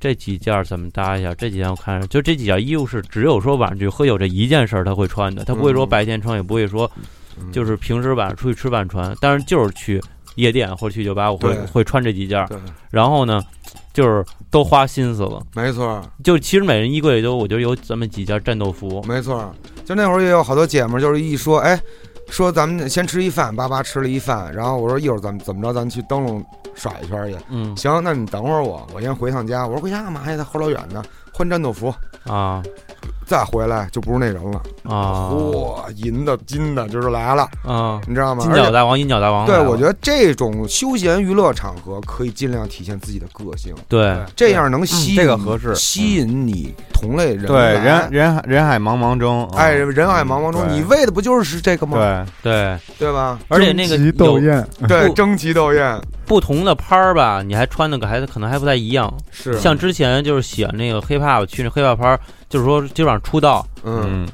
这几件儿怎么搭一下？这几件我看着，就这几件衣服是只有说晚上去喝酒这一件事儿她会穿的，她不会说嗯白天穿，也不会说嗯就是平时晚上出去吃饭穿，但是就是去夜店或者去酒吧，我会对会穿这几件儿。对，然后呢，就是都花心思了。没错儿。就其实每人衣柜里都，我觉得有咱们几件战斗服，没错儿，就那会儿也有好多姐们儿，就是一说，哎，说咱们先吃一饭，叭叭吃了一饭，然后我说一会儿咱们怎么着，咱们去灯笼耍一圈儿去。嗯行，那你等会儿我，我先回趟家。我说回家干嘛呀？在后老远呢，换战斗服，啊再回来就不是那人了。啊哇、银的、金的，就是来了，啊！你知道吗？金而角且大王，银角大王来对，了，我觉得这种休闲娱乐场合可以尽量体现自己的个性，对这样能吸引、这个合适吸引你同类人对来人人海人海茫茫中，啊哎人海茫茫中，对你为的不就是这个吗？对对，对吧？而且那个争奇斗有艳，对，不争奇斗艳不同的拍儿吧，你还穿的还可能还不太一样。是像之前就是喜欢那个 hiphop，去那 hiphop 拍儿，就是说基本上出道嗯嗯，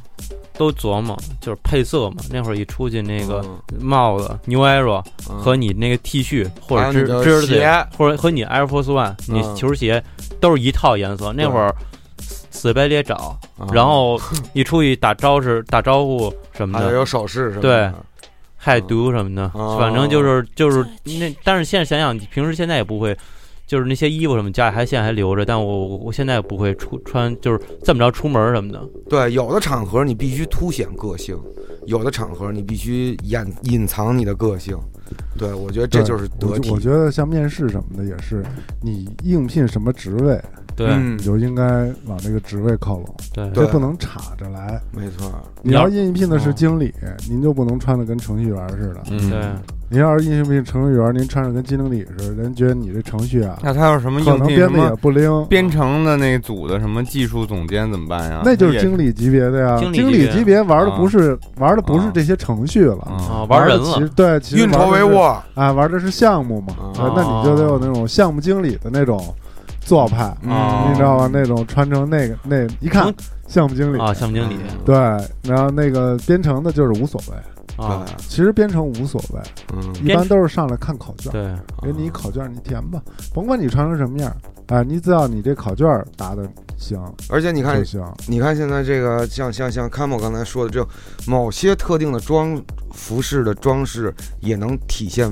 都琢磨，就是配色嘛。那会儿一出去那个嗯帽子 New Era 嗯和你那个 T 恤或还有者你知的知识鞋或者和你 Air Force One，你嗯球鞋都是一套颜色。那会儿死死白咧找，啊然后一出去打招式、打招呼什么还的，有手势什么对的，嗨读什么的，哦反正就是就是那。但是现在想想，平时现在也不会。就是那些衣服什么，家里还现在还留着，但我我我现在也不会出穿，就是这么着出门什么的。对，有的场合你必须凸显个性，有的场合你必须掩隐藏你的个性。对，我觉得这对就是得我体我。觉得像面试什么的也是，你应聘什么职位，对、嗯你，就应该往这个职位靠拢，对对这不能岔着来。没错儿，你要要应聘的哦是经理，您就不能穿的跟程序员似的。嗯对，您要是应聘程序员，您穿着跟经理似的，人觉得你这程序啊，那他有什么可应能聘什编的也么不灵。编程的那组的什么技术总监怎么办呀？那就是也经理级别的呀，啊经理级经别理级别玩的啊不是玩的不是啊这些程序了，啊，啊玩人的了其实，对，其实运筹玩帷的是幄。啊，玩的是项目嘛，啊对那你就得有那种项目经理的那种做派，啊嗯你知道吧？那种穿成那个那一看成项目经理啊，项目经理对，然后那个编程的就是无所谓，啊，对其实编程无所谓，嗯，一编般都是上来看考卷，对给哎你一考卷你填吧，甭管你穿成什么样儿，啊，你只要你这考卷答的行而且你看就，行，你看现在这个，像像像看某刚才说的，这种某些特定的装服饰的装饰，也能体现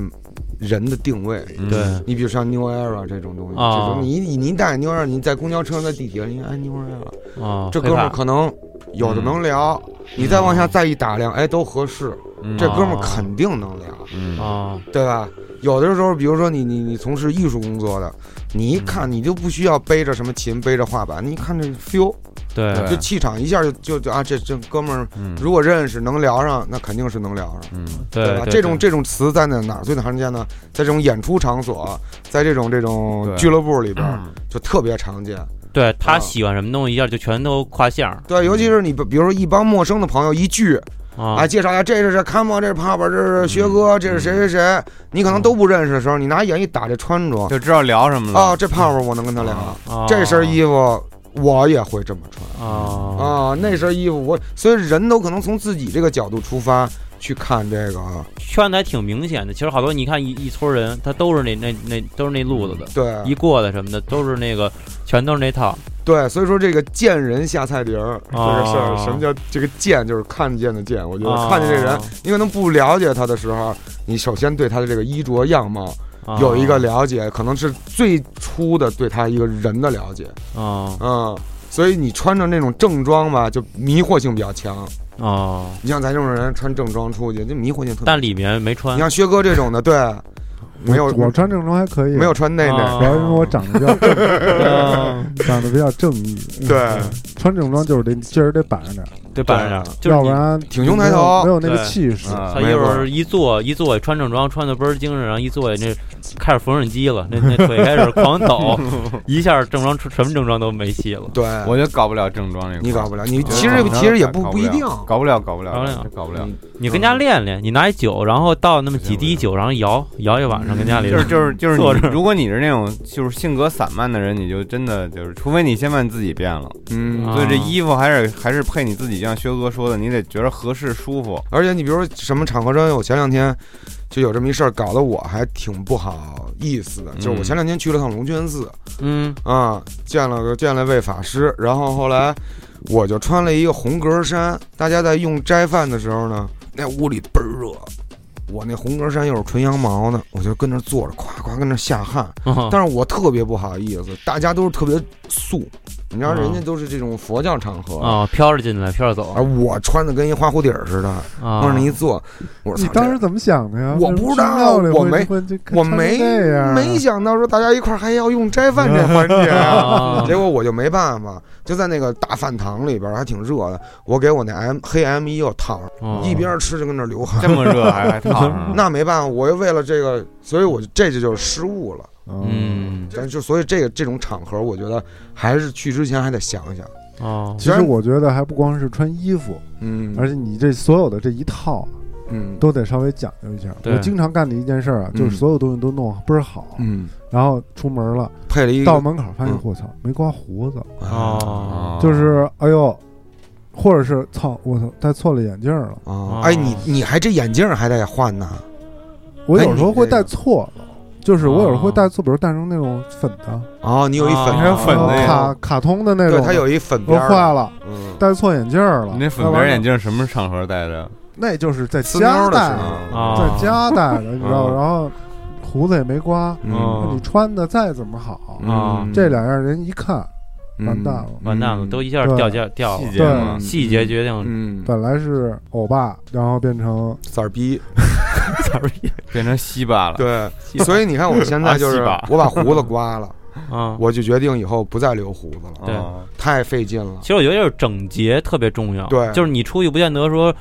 人的定位。嗯对，你比如像 New Era 这种东西，啊这种你你一戴 New Era，你在公交车上、在地铁上，你哎 New Era，啊，哦这哥们儿可能有的能聊，你再往下再一打量，哎，都合适，嗯这哥们儿啊肯定能聊，嗯 hiphop 啊，对吧？有的时候，比如说你你你从事艺术工作的，你嗯一看你就不需要背着什么琴，背着画板，你一看这 feel，对对就气场一下就就就啊，这这哥们儿嗯如果认识能聊上，那肯定是能聊上。嗯对吧？对，这种这种词在哪哪儿最常见呢？在这种演出场所，在这种这种对俱乐部里边儿就特别常见。对他啊喜欢什么东西，一下就全都跨线儿对，尤其是你比比如说一帮陌生的朋友一聚，啊哎，介绍一下，这是这 Come on，这是爸爸，这是学哥，这是谁谁谁，你可能都不认识的时候，你拿眼一打这穿着，就知道聊什么了啊，这泡泡我能跟他聊，啊这身衣服我也会这么穿啊啊，那身衣服我，所以人都可能从自己这个角度出发去看这个，圈子还挺明显的。其实好多你看一一村人，他都是那那那都是那路子的，一对过来什么的都是那个，全都是那套。对，所以说这个见人下菜碟儿这个事儿啊，什么叫这个见就是看见的见，我觉啊得看见这人，你可能不了解他的时候，你首先对他的这个衣着样貌啊有一个了解，可能是最初的对他一个人的了解，啊嗯，所以你穿着那种正装吧，就迷惑性比较强。啊，你像咱这种人穿正装出去，这迷惑性特别。但里面没穿你像薛哥这种的，对，没有我穿正装还可以，没有穿内内，啊主要因为我长得 比较正啊，长得比较正义，对，穿正装就是得劲儿得板着点儿，对板上，就是要你不然挺胸抬头没有没有那个对气势。啊他没一会错儿一坐一坐穿正装，穿的倍儿精神，然后一坐那开始缝纫机了，那那腿开始狂 抖，一下正装出什么正装都没戏了。对，我就搞不了正装这个，你搞不了，你我其觉得实搞了其实也搞不搞不一了定，搞不了，搞不了，搞不了嗯搞不了，你跟家练练，你拿一酒，然后倒那么几滴酒，然后摇摇一晚上，跟家里就是就是就是坐着你，如果你是那种就是性格散漫的人，你就真的就是，除非你先把你自己变了，嗯啊所以这衣服还是还是配你自己，就像薛哥说的，你得觉得合适舒服。而且你比如说什么场合真有，前两天就有这么一事儿，搞得我还挺不好意思的。就是我嗯前两天去了趟龙泉寺嗯啊、见了个见了位法师，然后后来我就穿了一个红格衫。大家在用斋饭的时候呢，那屋里倍儿热，我那红格衫又是纯羊毛的，我就跟那儿坐着，咵咵跟那儿下汗。啊但是我特别不好意思，大家都是特别素，你知道，啊人家都是这种佛教场合，啊，飘着进来，飘着走而我穿的跟一花蝴蝶儿似的，往啊那一坐，我说你操当这时怎么想的呀？我不知道我没我没没想想到说大家一块儿还要用斋饭这环节啊，结果我就没办法，就在那个大饭堂里边儿还挺热的，我给我那 M 黑 M 一又烫上，啊一边吃着跟那儿流汗，这，么热还还烫上嗯 那没办法，我又为了这个，所以我就这就就是失误了。嗯但就所以这个这种场合，我觉得还是去之前还得想想。哦其实我觉得还不光是穿衣服，嗯，而且你这所有的这一套嗯都得稍微讲究一下。对我经常干的一件事儿啊，就嗯是所有东西都弄倍儿好，嗯，然后出门了，配了一个啊到门口发现嗯我操没刮胡子，哦哦就是哎呦，或者是操我操戴错了眼镜了。哦啊，哎，你你还这眼镜儿还得换呢，我哎有时候你会这个啊戴错了，就是我有时候会哦戴错，比如戴成那种粉的，哦，你有一粉啊还有粉然后的呀卡卡通的那对，种，它有一粉我边儿的坏了，嗯，戴错眼镜儿了。你那粉要不边然眼镜什么场合戴着？那就是在呲妞家儿的戴时的，候，啊，在家戴的，你知道吧？嗯然后胡子也没啊刮，嗯你穿的再怎么好，嗯啊这两样人一看，完蛋了哦完蛋了，啊都一下掉价掉嗯细了，节嘛对，细节决定嗯，本来是欧巴，然后变成色儿逼，词儿变成西巴了。对，所以你看我现在就是啊细吧我把胡子刮了，啊。我就决定以后不再留胡子了，对哦 太费劲了其。实我觉得就是整洁特别重要，对就是你出去不见得说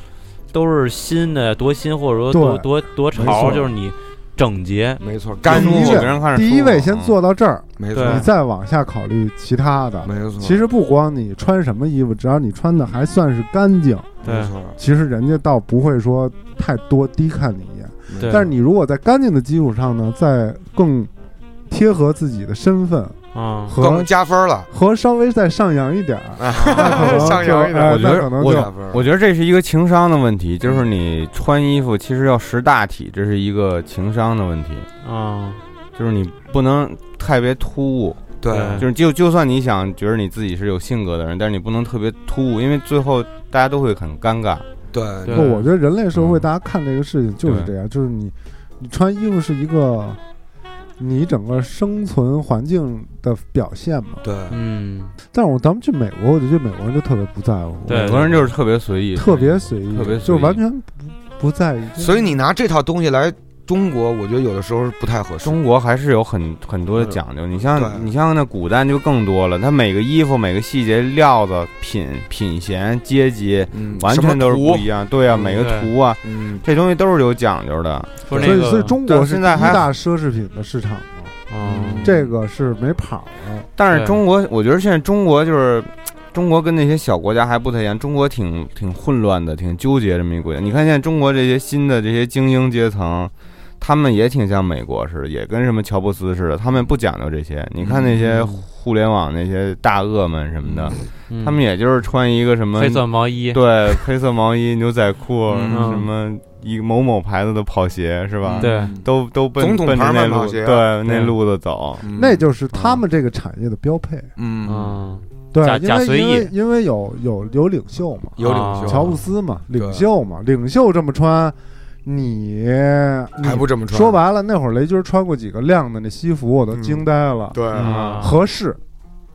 都是新的多新，或者说对多多多没错潮，就是你整洁。没错，干第净一，我位给人看着第一舒服位啊先坐到这儿，没对错你，再往下考虑其他的。没错，其实不光你穿什么衣服，只要你穿的还算是干净，没错，其实人家倒不会说太多低看你一眼。对但是你如果在干净的基础上呢，再更贴合自己的身份啊更和加分了，和稍微再上扬一点儿，那可能就上扬一点哎我觉得那可能我就加分，嗯我觉得这是一个情商的问题，就是你穿衣服其实要识大体，这是一个情商的问题，啊就是你不能太别突兀，对对就是就就算你想觉得你自己是有性格的人，但是你不能特别突兀，因为最后大家都会很尴尬。对对不，我觉得人类社会嗯大家看这个事情就是这样，就是你你穿衣服是一个你整个生存环境的表现嘛。对，嗯，但是我咱们去美国，我就觉得美国人就特别不在乎，对美国人就是特别随意，特别随意，特别随意就是完全不不在意。所以你拿这套东西来中国，我觉得有的时候是不太合适。中国还是有很很多的讲究，你对像你像那古代就更多了，它每个衣服每个细节料子品品衔阶级嗯，完全都是不一样。样，对啊，嗯每个对图啊，嗯，这东西都是有讲究的。说那所以个所以中国对是第一现在还大奢侈品的市场嘛，啊嗯嗯这个是没跑了。但是对中国，我觉得现在中国就是中国跟那些小国家还不太一样，中国挺挺混乱的，挺纠结这么一个国家。你看现在中国这些新的这些精英阶层，他们也挺像美国似的，也跟什么乔布斯似的，他们不讲究这些。你看那些互联网那些大鳄们什么的，嗯他们也就是穿一个什么黑色毛衣，啊对黑色毛衣、牛仔裤，嗯什么一个某某牌子的跑鞋是吧？对嗯都都奔总统奔着牌那慢跑路，鞋啊对那对路子走。嗯那就是他们这个产业的标配。嗯，嗯，对假，因假为随因意为因为有有有领袖嘛，有领啊袖乔布斯嘛，嗯对领袖嘛，领袖这么穿，你你还不这么穿，说白了，那会儿雷军穿过几个亮的那西服，我都嗯惊呆了。对，嗯啊合适，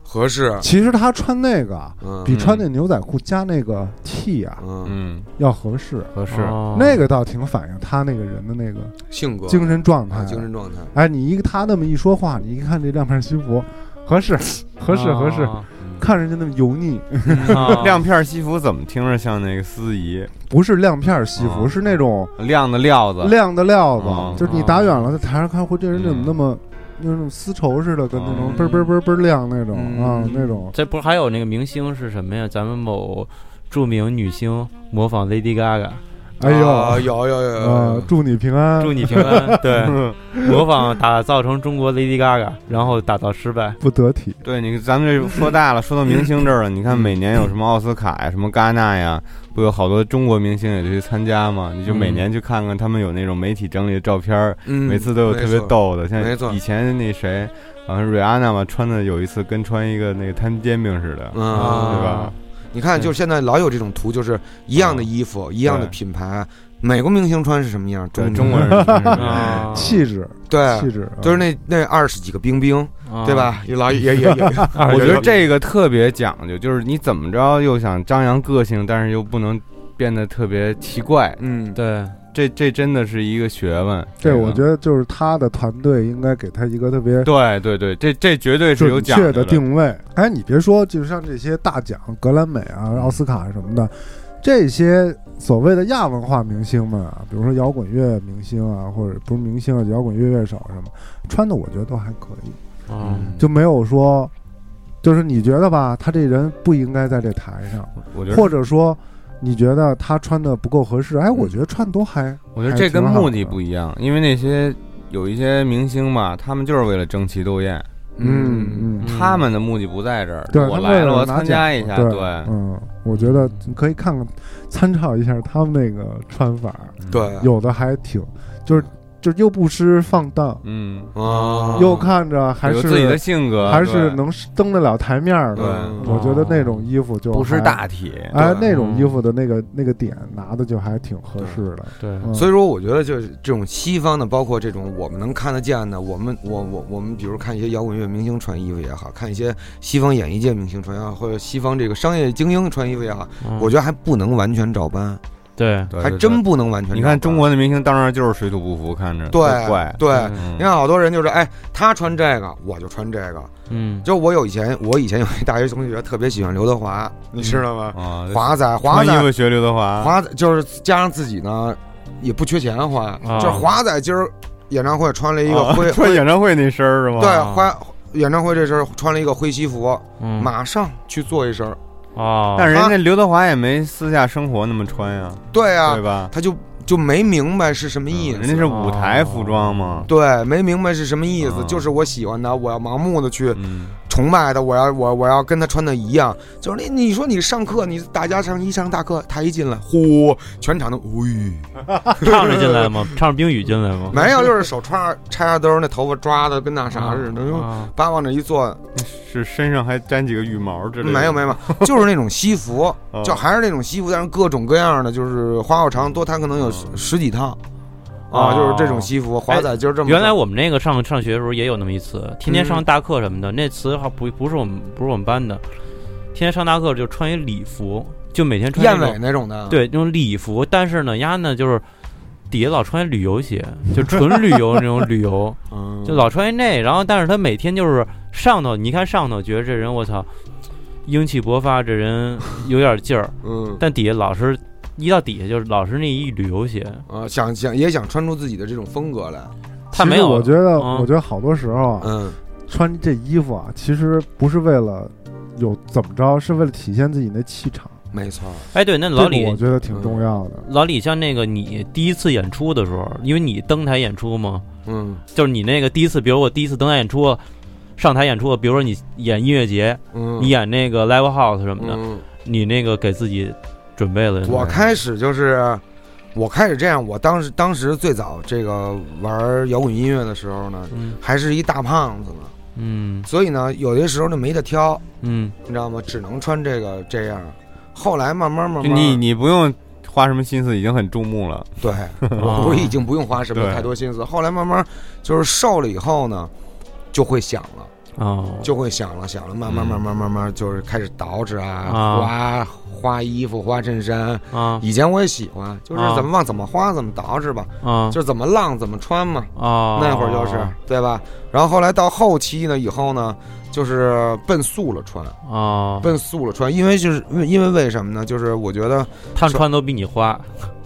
合适，其实他穿那个啊嗯比穿那牛仔裤加那个 T 啊嗯，嗯，要合适，合适。哦那个倒挺反映他那个人的那个性格精神状态啊，。精神状态，哎，你一个他那么一说话，你一看这亮片西服，合适，合适，合适。啊看人家那么油腻，啊 亮片西服怎么听着像那个司仪不是亮片西服，啊是那种亮的料子？亮的料子，啊就是你打远了，在台上看，会这人怎么那么，那种丝绸似的，跟那种啊嘣嘣嘣嘣亮那种嗯啊，那种这不是还有那个明星是什么呀？咱们某著名女星模仿 Lady Gaga，啊哎呦，有有有有呃有，，祝你平安，祝你 平安。对，嗯模仿打造成中国 Lady Gaga，然后打造失败。不得体，对你，咱们这说大了，说到明星这儿了。你嗯看每年有什么奥斯卡呀，什么戛纳呀，不有好多中国明星也去参加吗？你就每年去看看他们有那种媒体整理的照片儿，嗯每次都有特别，逗的，像没错以前那谁，好像瑞安娜嘛，穿的有一次跟穿一个那个摊煎饼似的没，错嗯，啊对吧？你看，就是现在老有这种图，就是一样的衣服，一样的对品牌，美国明星穿是什么样，对，国中中 国人 穿什么嗯样啊，气质，对，气质，哎啊就是那那二十几个冰冰，啊对？吧？也老也也也，二我十觉九得这个特别讲究，就是你怎么着又想张扬个性，但是又不能变得特别奇怪，嗯，对，这这真的是一个学问。这个我觉得就是他的团队应该给他一个特别对对对，这这绝对是有准讲究确的定位。哎，你别说，就是像这些大奖，格莱美啊、奥斯卡什么的，这些所谓的亚文化明星们啊，比如说摇滚乐明星啊，或者不是明星啊，摇滚乐乐手什么，穿的我觉得都还可以，嗯，就没有说，就是你觉得吧，他这人不应该在这台上，我觉得，或者说。你觉得他穿的不够合适？哎，我觉得穿都还我觉得这跟目的不一样，因为那些有一些明星嘛，他们就是为了争奇斗艳，嗯嗯，他们的目的不在这儿。对，我他们为来了，我拿参奖加一下，对，对，嗯，我觉得你可以看看，参照一下他们那个穿法，嗯对，有的还挺，就是就是又不失放荡，嗯，啊，又看着还有是自己的性格，还对是能登得了台面儿对的。我觉得那种衣服就不失还大体。对哎，嗯那种衣服的那个那个点拿的就还挺合适的。对，嗯所以说，我觉得就是这种西方的，包括这种我们能看得见的，我们我我我们，比如看一些摇滚乐明星穿衣服也好看一些西方演艺界明星穿也好，或者西方这个商业精英穿衣服也好，我觉觉得还不能完全照搬，嗯对，嗯对还对真不能完全照搬。你看中国的明星当然就是水土不服，看着对都怪。对，嗯你看好多人就是哎，他穿这个我就穿这个。嗯，就我有以前我以前有一大学同学特别喜欢刘德华，你知道吗？啊，华仔，华穿衣仔，服学刘德华，华仔就是加上自己呢也不缺钱花，啊就是华仔今儿演唱会穿了一个啊灰 穿灰演唱会那身儿是吗？啊对，花演唱会这身穿了一个灰西服，嗯马上去做一身。啊，但是是人家刘德华也没私下生活那么穿呀，对啊对，吧？他就就没明白是什么意嗯人家思。是舞台服装嘛。对，没明白是什么意思，嗯就是我喜欢他，我要盲目的去嗯，崇拜他，我要我我要跟他穿的一样。就是你你说你上课，你大家上一上大课，他一进来，呼，全场都喂，啊唱着进来吗？唱着冰雨进来吗？没有，就是手穿着插着兜，那头发抓的跟那啥似的，哎就啊叭往这一坐，是身上还沾几个羽毛之类的。没有没有，没 有就是那种西哦服，嗯就还是那种西服，但是各种各样的，就是花好长多，他可能有十嗯十几套，哦哎啊，就是这种西服，华仔就是这么嗯原来我们那个上上学的时候也有那么一次，天天上大课什么的，那次还不不是我们不是我们班的，天天上大课就穿一礼服，就每天穿燕那种尾那种的，，对那种礼服，但是呢，丫呢就是底下老穿一旅游鞋， 就纯旅游那种旅游，嗯，就老穿一那，然后但是他每天就是上头，你看上头觉得这人我操英气勃发，这人有点劲儿，嗯但底下老是一到底下就是老是那一旅游鞋，啊，想想也想穿出自己的这种风格来，他其没实有我觉得嗯我觉得好多时候啊，嗯穿这衣服啊，其实不是为了有怎么着，是为了体现自己那气场。没错儿，哎，对，那这老个李，我觉得嗯挺重要的。老李，像那个你第一次演出的时候，因为你登台演出嘛，嗯就是你那个第一次，比如我第一次登台演出，上台演出，比如说你演音乐节，嗯，你演那个 live house 什么的，嗯，你那个给自己准备了什么我开始就是，我开始这样。我当时当时最早这个玩摇滚音乐的时候呢，嗯还是一大胖子呢，嗯所以呢，有些时候就没得挑，嗯，你知道吗？只能穿这个这样。后来慢慢慢就慢，你你不用花什么心思，已经很注目了。 对我不是已经不用花什么太多心思。后来慢慢就是瘦了以后呢，就会想了。哦，就会想了想了，慢慢嗯慢慢慢慢就是开始捯饬啊，啊花花衣服、花衬衫。啊以前我也喜欢，就是啊怎么往怎么花怎么捯饬吧，啊就是怎么浪怎么穿嘛。啊，那会儿就是对吧？然后后来到后期呢，以后呢，就是奔素了穿，啊，奔素了穿，因为就是因为为什么呢？就是我觉得他们穿都比你花，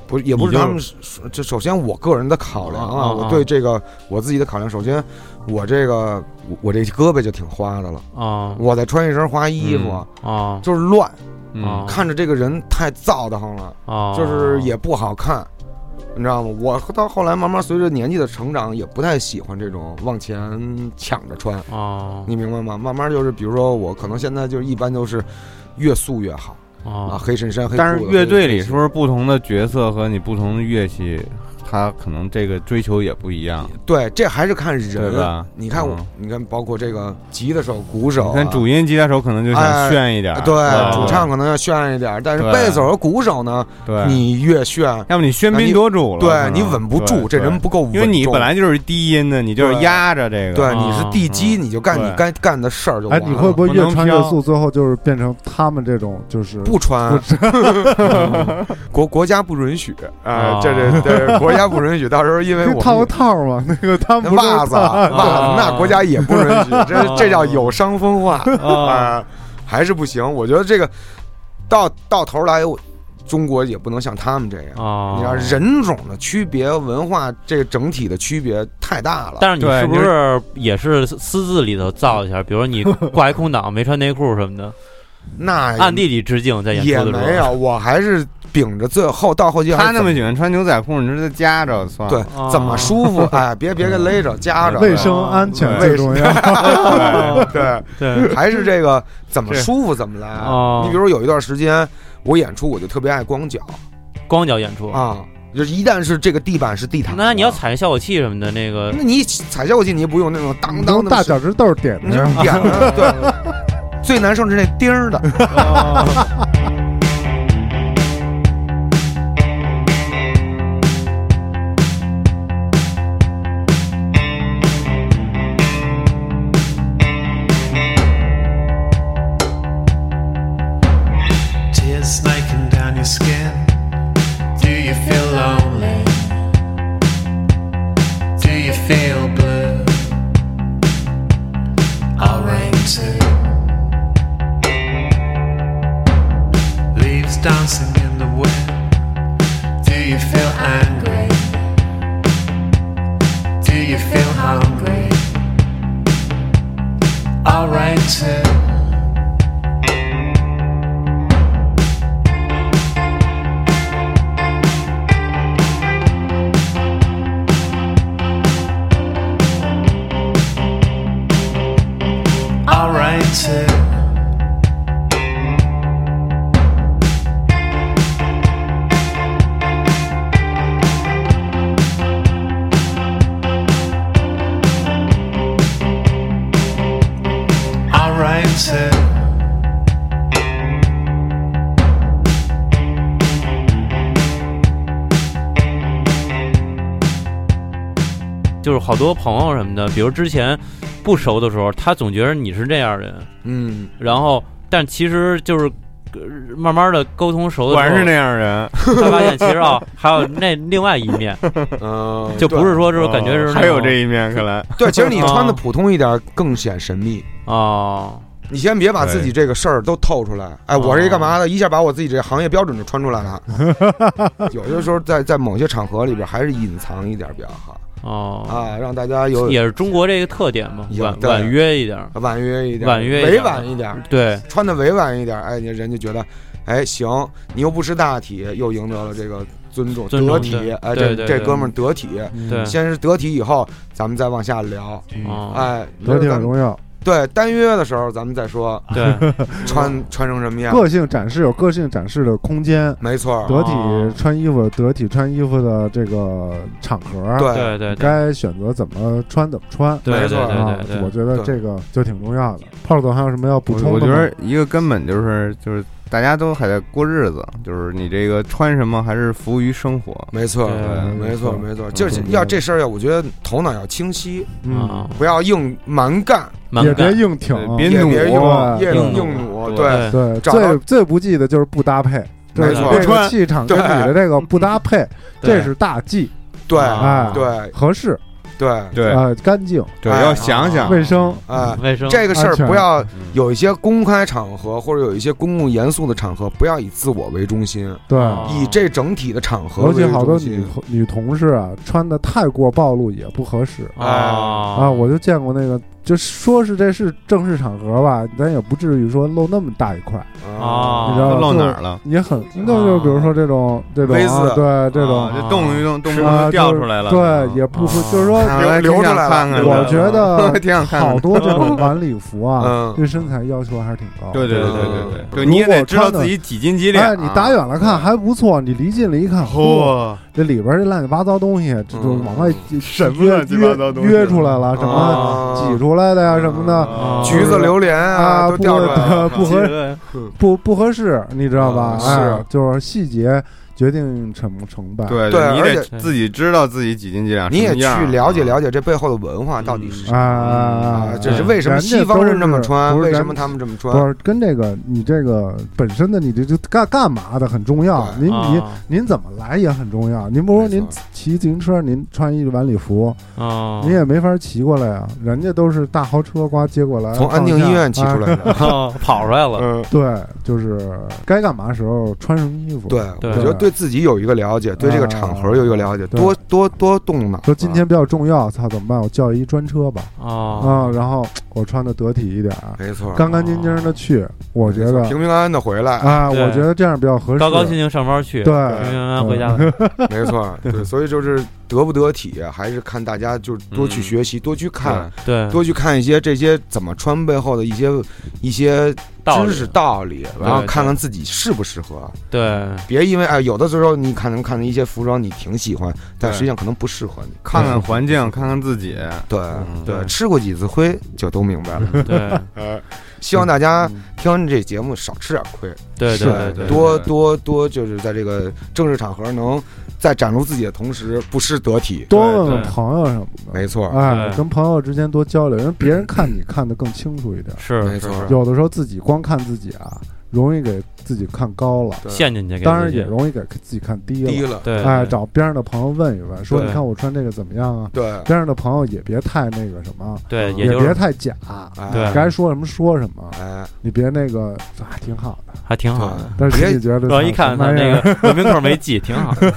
不也不是你就他们说，这首先我个人的考量啊啊我对这个我自己的考量，首先我这个我我这胳膊就挺花的了，啊我再穿一身花衣服。嗯啊就是乱，啊嗯，看着这个人太燥得慌了，啊，就是也不好看，你知道吗？我到后来慢慢随着年纪的成长，也不太喜欢这种往前抢着穿，啊你明白吗？慢慢就是，比如说我可能现在就是一般都是越素越好啊，啊黑衬衫、黑但是裤子乐队里黑是不是不同的角色和你不同的乐器，他可能这个追求也不一样？对，这还是看对人吧。你看我嗯，你看，包括这个吉他手、鼓手你啊，看主音吉他手可能就哎想炫一点儿，对吧主唱可能要炫一点，但是对贝斯手和鼓手呢，对，你越炫，要么你喧那你宾夺主了，可对能你稳不住，对这人对不够稳重。因为你本来就是低音的，你就是对压着这个，对，啊你是地基，你就干嗯对你该干的事儿就哎，完了。你会不会不越能穿越飘素，最后就是变成他们这种就是不穿？ 国国家不允许啊啊！这这这国家不允许，到时候因为那 我套个们套儿嘛？那个他们不是袜子套啊袜啊子，那国家也不允许，这啊这叫有伤风 化啊啊，还是不行。我觉得这个到到头来，我中国也不能像他们这样。啊，你知道人种的区别、文化这个整体的区别太大了。但是你对是不你是也是私自里头造一下？比如你挂一空档，没穿内裤什么的，那暗地里致敬在演也出的没时候。有，啊我还是秉着最后到后期还是他那怎么喜欢穿牛仔裤，你说这夹着算对了，啊，怎么舒 服？哎，别别给勒着，夹着。卫生安全最重要。对，对， 对，还是这个怎么是舒服怎么来啊哦。你比如有一段时间，我演出我就特别爱光脚光 脚演出。啊，就是一旦是这个地板是地毯的，哦那你要踩效果器什么的，那个那你踩下过去，你也不用那种当当能的大，脚趾头点你就着， 点着。对，最难受是那钉儿的。 Tears snaking down your skin. Do you feel lonely? Do you feel blue? I'll ring too. Leaves dancing in the wind. Do you feel angry? Do you feel hungry? I'll ring too. alright too. Alright too. 就是好多朋友什么的，比如之前不熟的时候，他总觉得你是这样人， 嗯，然后但其实就是。呃慢慢的沟通熟果的然是时那样人， 候，才发现其实啊，还有那另外一面，呃 就不是说就是 哦感觉是那还有种这一面，看来对，对其实你 啊穿的普通一点更显神秘。啊你先别把自己这个事儿都透出来。哎，我是一干嘛啊的，一下把我自己这行业标准就 穿出来了。有些时候在在某些场合里边，还是隐藏一点比较好。哦，啊，让大家有也是中国这个特点啊嘛，有婉对婉约一点儿，婉约一点，婉约一委点婉一点，对，穿的委婉一点，哎，人家觉得，哎，行，你又不识大体，又赢得了这个尊重，尊重得对体，哎，对这对这对哥们儿得体，对先是得体，以后咱们再往下聊，嗯嗯哦，哎，得体咱很们嗯重要，对单约的时候咱们再说啊 对，穿穿成什么样，个性展示有个性展示的空间，没错儿，得哦体穿衣服，得体穿衣服的这个场合，对对对对该选择怎么穿怎么穿。对没对错啊对对，我对，觉得对这个就挺重要的。炮总还有什么要补充我的觉吗得一个根本就是就是大家都还在过日子，就是你这个穿什么还是服务于生活。没错儿，对没错儿，没错儿，就是嗯要这事儿要，我觉得头脑要清晰，嗯，啊，不要硬蛮干，蛮也别干硬挺，别也别努硬啊也硬硬努努，对对，对，找到最最不济的就是不搭配，就是没错不这个穿气场跟你的这个不搭配，对这是大忌，对，哎，对，合适，对，对呃，干净，对，哎要想想啊卫生，哎，卫生，这个事儿安全不要嗯有一些公开场合或者有一些公共严肃的场合，不要以自我为中心，对。啊以这整体的场合尤为其好多中女心。女同事啊，穿的太过暴露也不合适啊啊。我就见过那个，就说是这是正式场合吧，咱也不至于说露那么大一块，啊，你知啊道都露就哪儿了？也很，那就是比如说这种这种微啊字对这种啊啊这动一动，动不啊动就掉出来了。对，也不啊是，就是说啊看来流挺想出来了看看的我觉 得挺想看看好的。多这种晚礼服啊，嗯，对身材要求还是挺啊高。对对对对对对，对你如也得果知道穿的自己几斤几两啊。哎，你打远了看还不错，你离近了一看，嚯，嚯，这里边这乱七八糟东西，这嗯种往外嗯什么约乱七八糟东西约约出来了，什么啊挤出来的呀，什么的，哦啊橘子、榴莲啊哦啊，都不掉出来了。合哦不合对不不合适，你知道吧啊？哎是，就是细节决定成不成败。对对你而得且自己知道自己几斤几两。你也什么样去啊了解了解这背后的文化到底是什啊么啊，嗯啊？这是对为什么人家西方都人这么是穿？不是为什咱么他们这么穿不？是跟这个你这个本身的你这就干干嘛的很重要，对您您啊您怎么来也很重要。您不说没您错骑自行车，您穿一晚礼服，啊，您也没法骑过来啊。人家都是大豪车刮接过来，从安定医院骑出来。啊来的。 哦跑出来了，嗯，对，就是该干嘛时候穿什么衣服。 对，，对我觉得对自己有一个了解，对这个场合有一个了解，啊对多多多动脑。啊说今天比较重要，操，怎么办？我叫一专车吧，哦，啊，然后我穿的得体一点，没错，干干净净的去，我觉得啊平平安安的回来，啊，对我觉得这样比较合适。高高兴兴上班去，嗯对嗯平平安安回家了，没错，对，所以就是得不得体，还是看大家就是多去嗯学习，多去看，对，多去看一些这些怎么穿背后的一些一些道知理识道理，然后对看看自己适不适合。对， 别因为哎，有的时候你可能看的一些服装你挺喜欢，但对实际上可能不适合你。嗯看看环境，看看自己。对嗯对，吃过几次亏就都明白 了。对呃，希望大家听完这节目少吃点亏，对对嗯是对对，多对多多就是在这个正式场合能在展露自己的同时不失得体。多问问对朋友什么的。没错，哎，对跟朋友之间多交流，因为别人看嗯你看得更清楚一点。是没是错是有的时候自己光看自己啊，容易给自己看高了，对陷进去，给当然自己也容易给自己看低低了。了，对，哎，对找边上的朋友问一问，说对你看我穿这个怎么样啊？对，边上的朋友也别太那个什么，对，嗯也也就别是太假，哎对该说什么说什么，哎，你别那个还挺好的，还挺好的。对，但是别心里觉得主要一看他那个文明口没系，挺好的，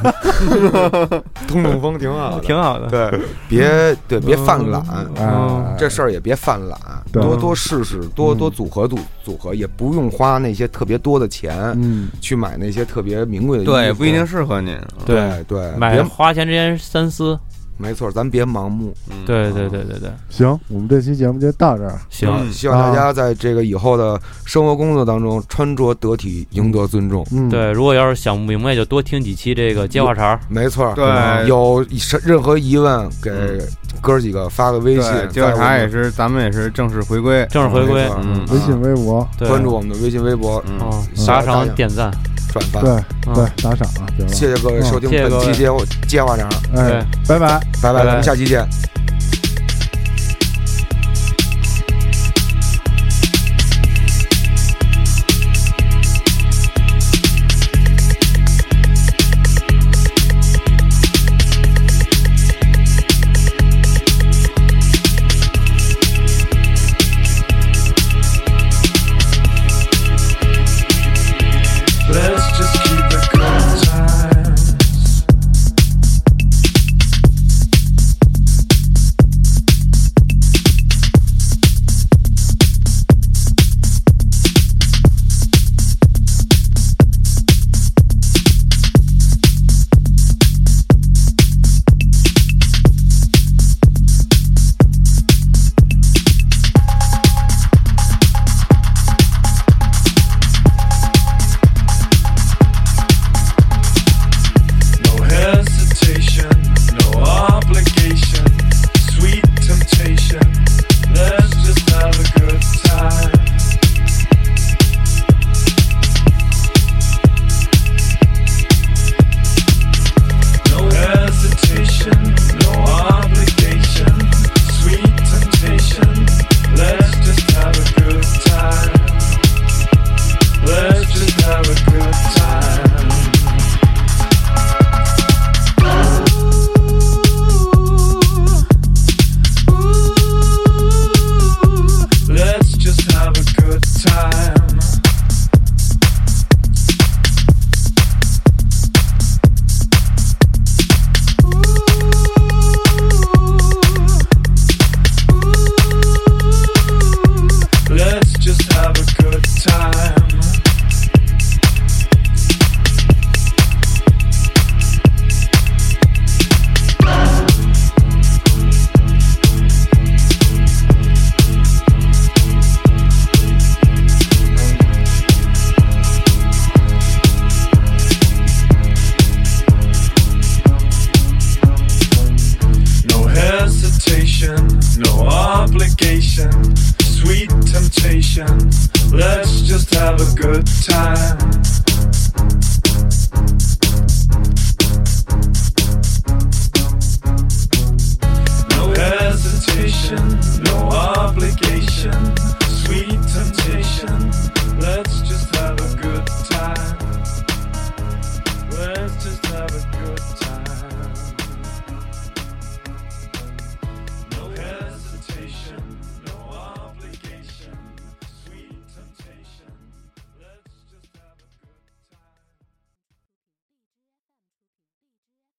通通风挺好的。嗯挺好 的。嗯对，别对别犯懒，啊，这事儿也别犯懒，对多多试试，多嗯多组合组组合，也不用花那些特别多的钱 嗯，去买那些特别名贵的衣服。对，不一定适合你。对，对对，买别花钱之前三思。没错，咱别盲目。嗯对对对对对，行，我们这期节目就到这儿，行，嗯希望大家在这个以后的生活工作当中穿着得体，赢得尊重。嗯，，对，如果要是想不明白，就多听几期这个接话茬儿。没错，对有什任何疑问给嗯哥儿几个发个微信，对，接在着我查们也是，咱们也是正式回归。正式回归没，错嗯微信、微博，对，关注我们的微信、微博、嗯，哦，嗯打打赏赏点赞，转发。对嗯对，打赏啊，别忘了谢谢各位收听嗯谢谢本各位期节目接话长，对哎，，拜拜。拜拜拜，咱们下期见。 Let's just keep it good times. temptation, sweet temptation. Let's just have a good time.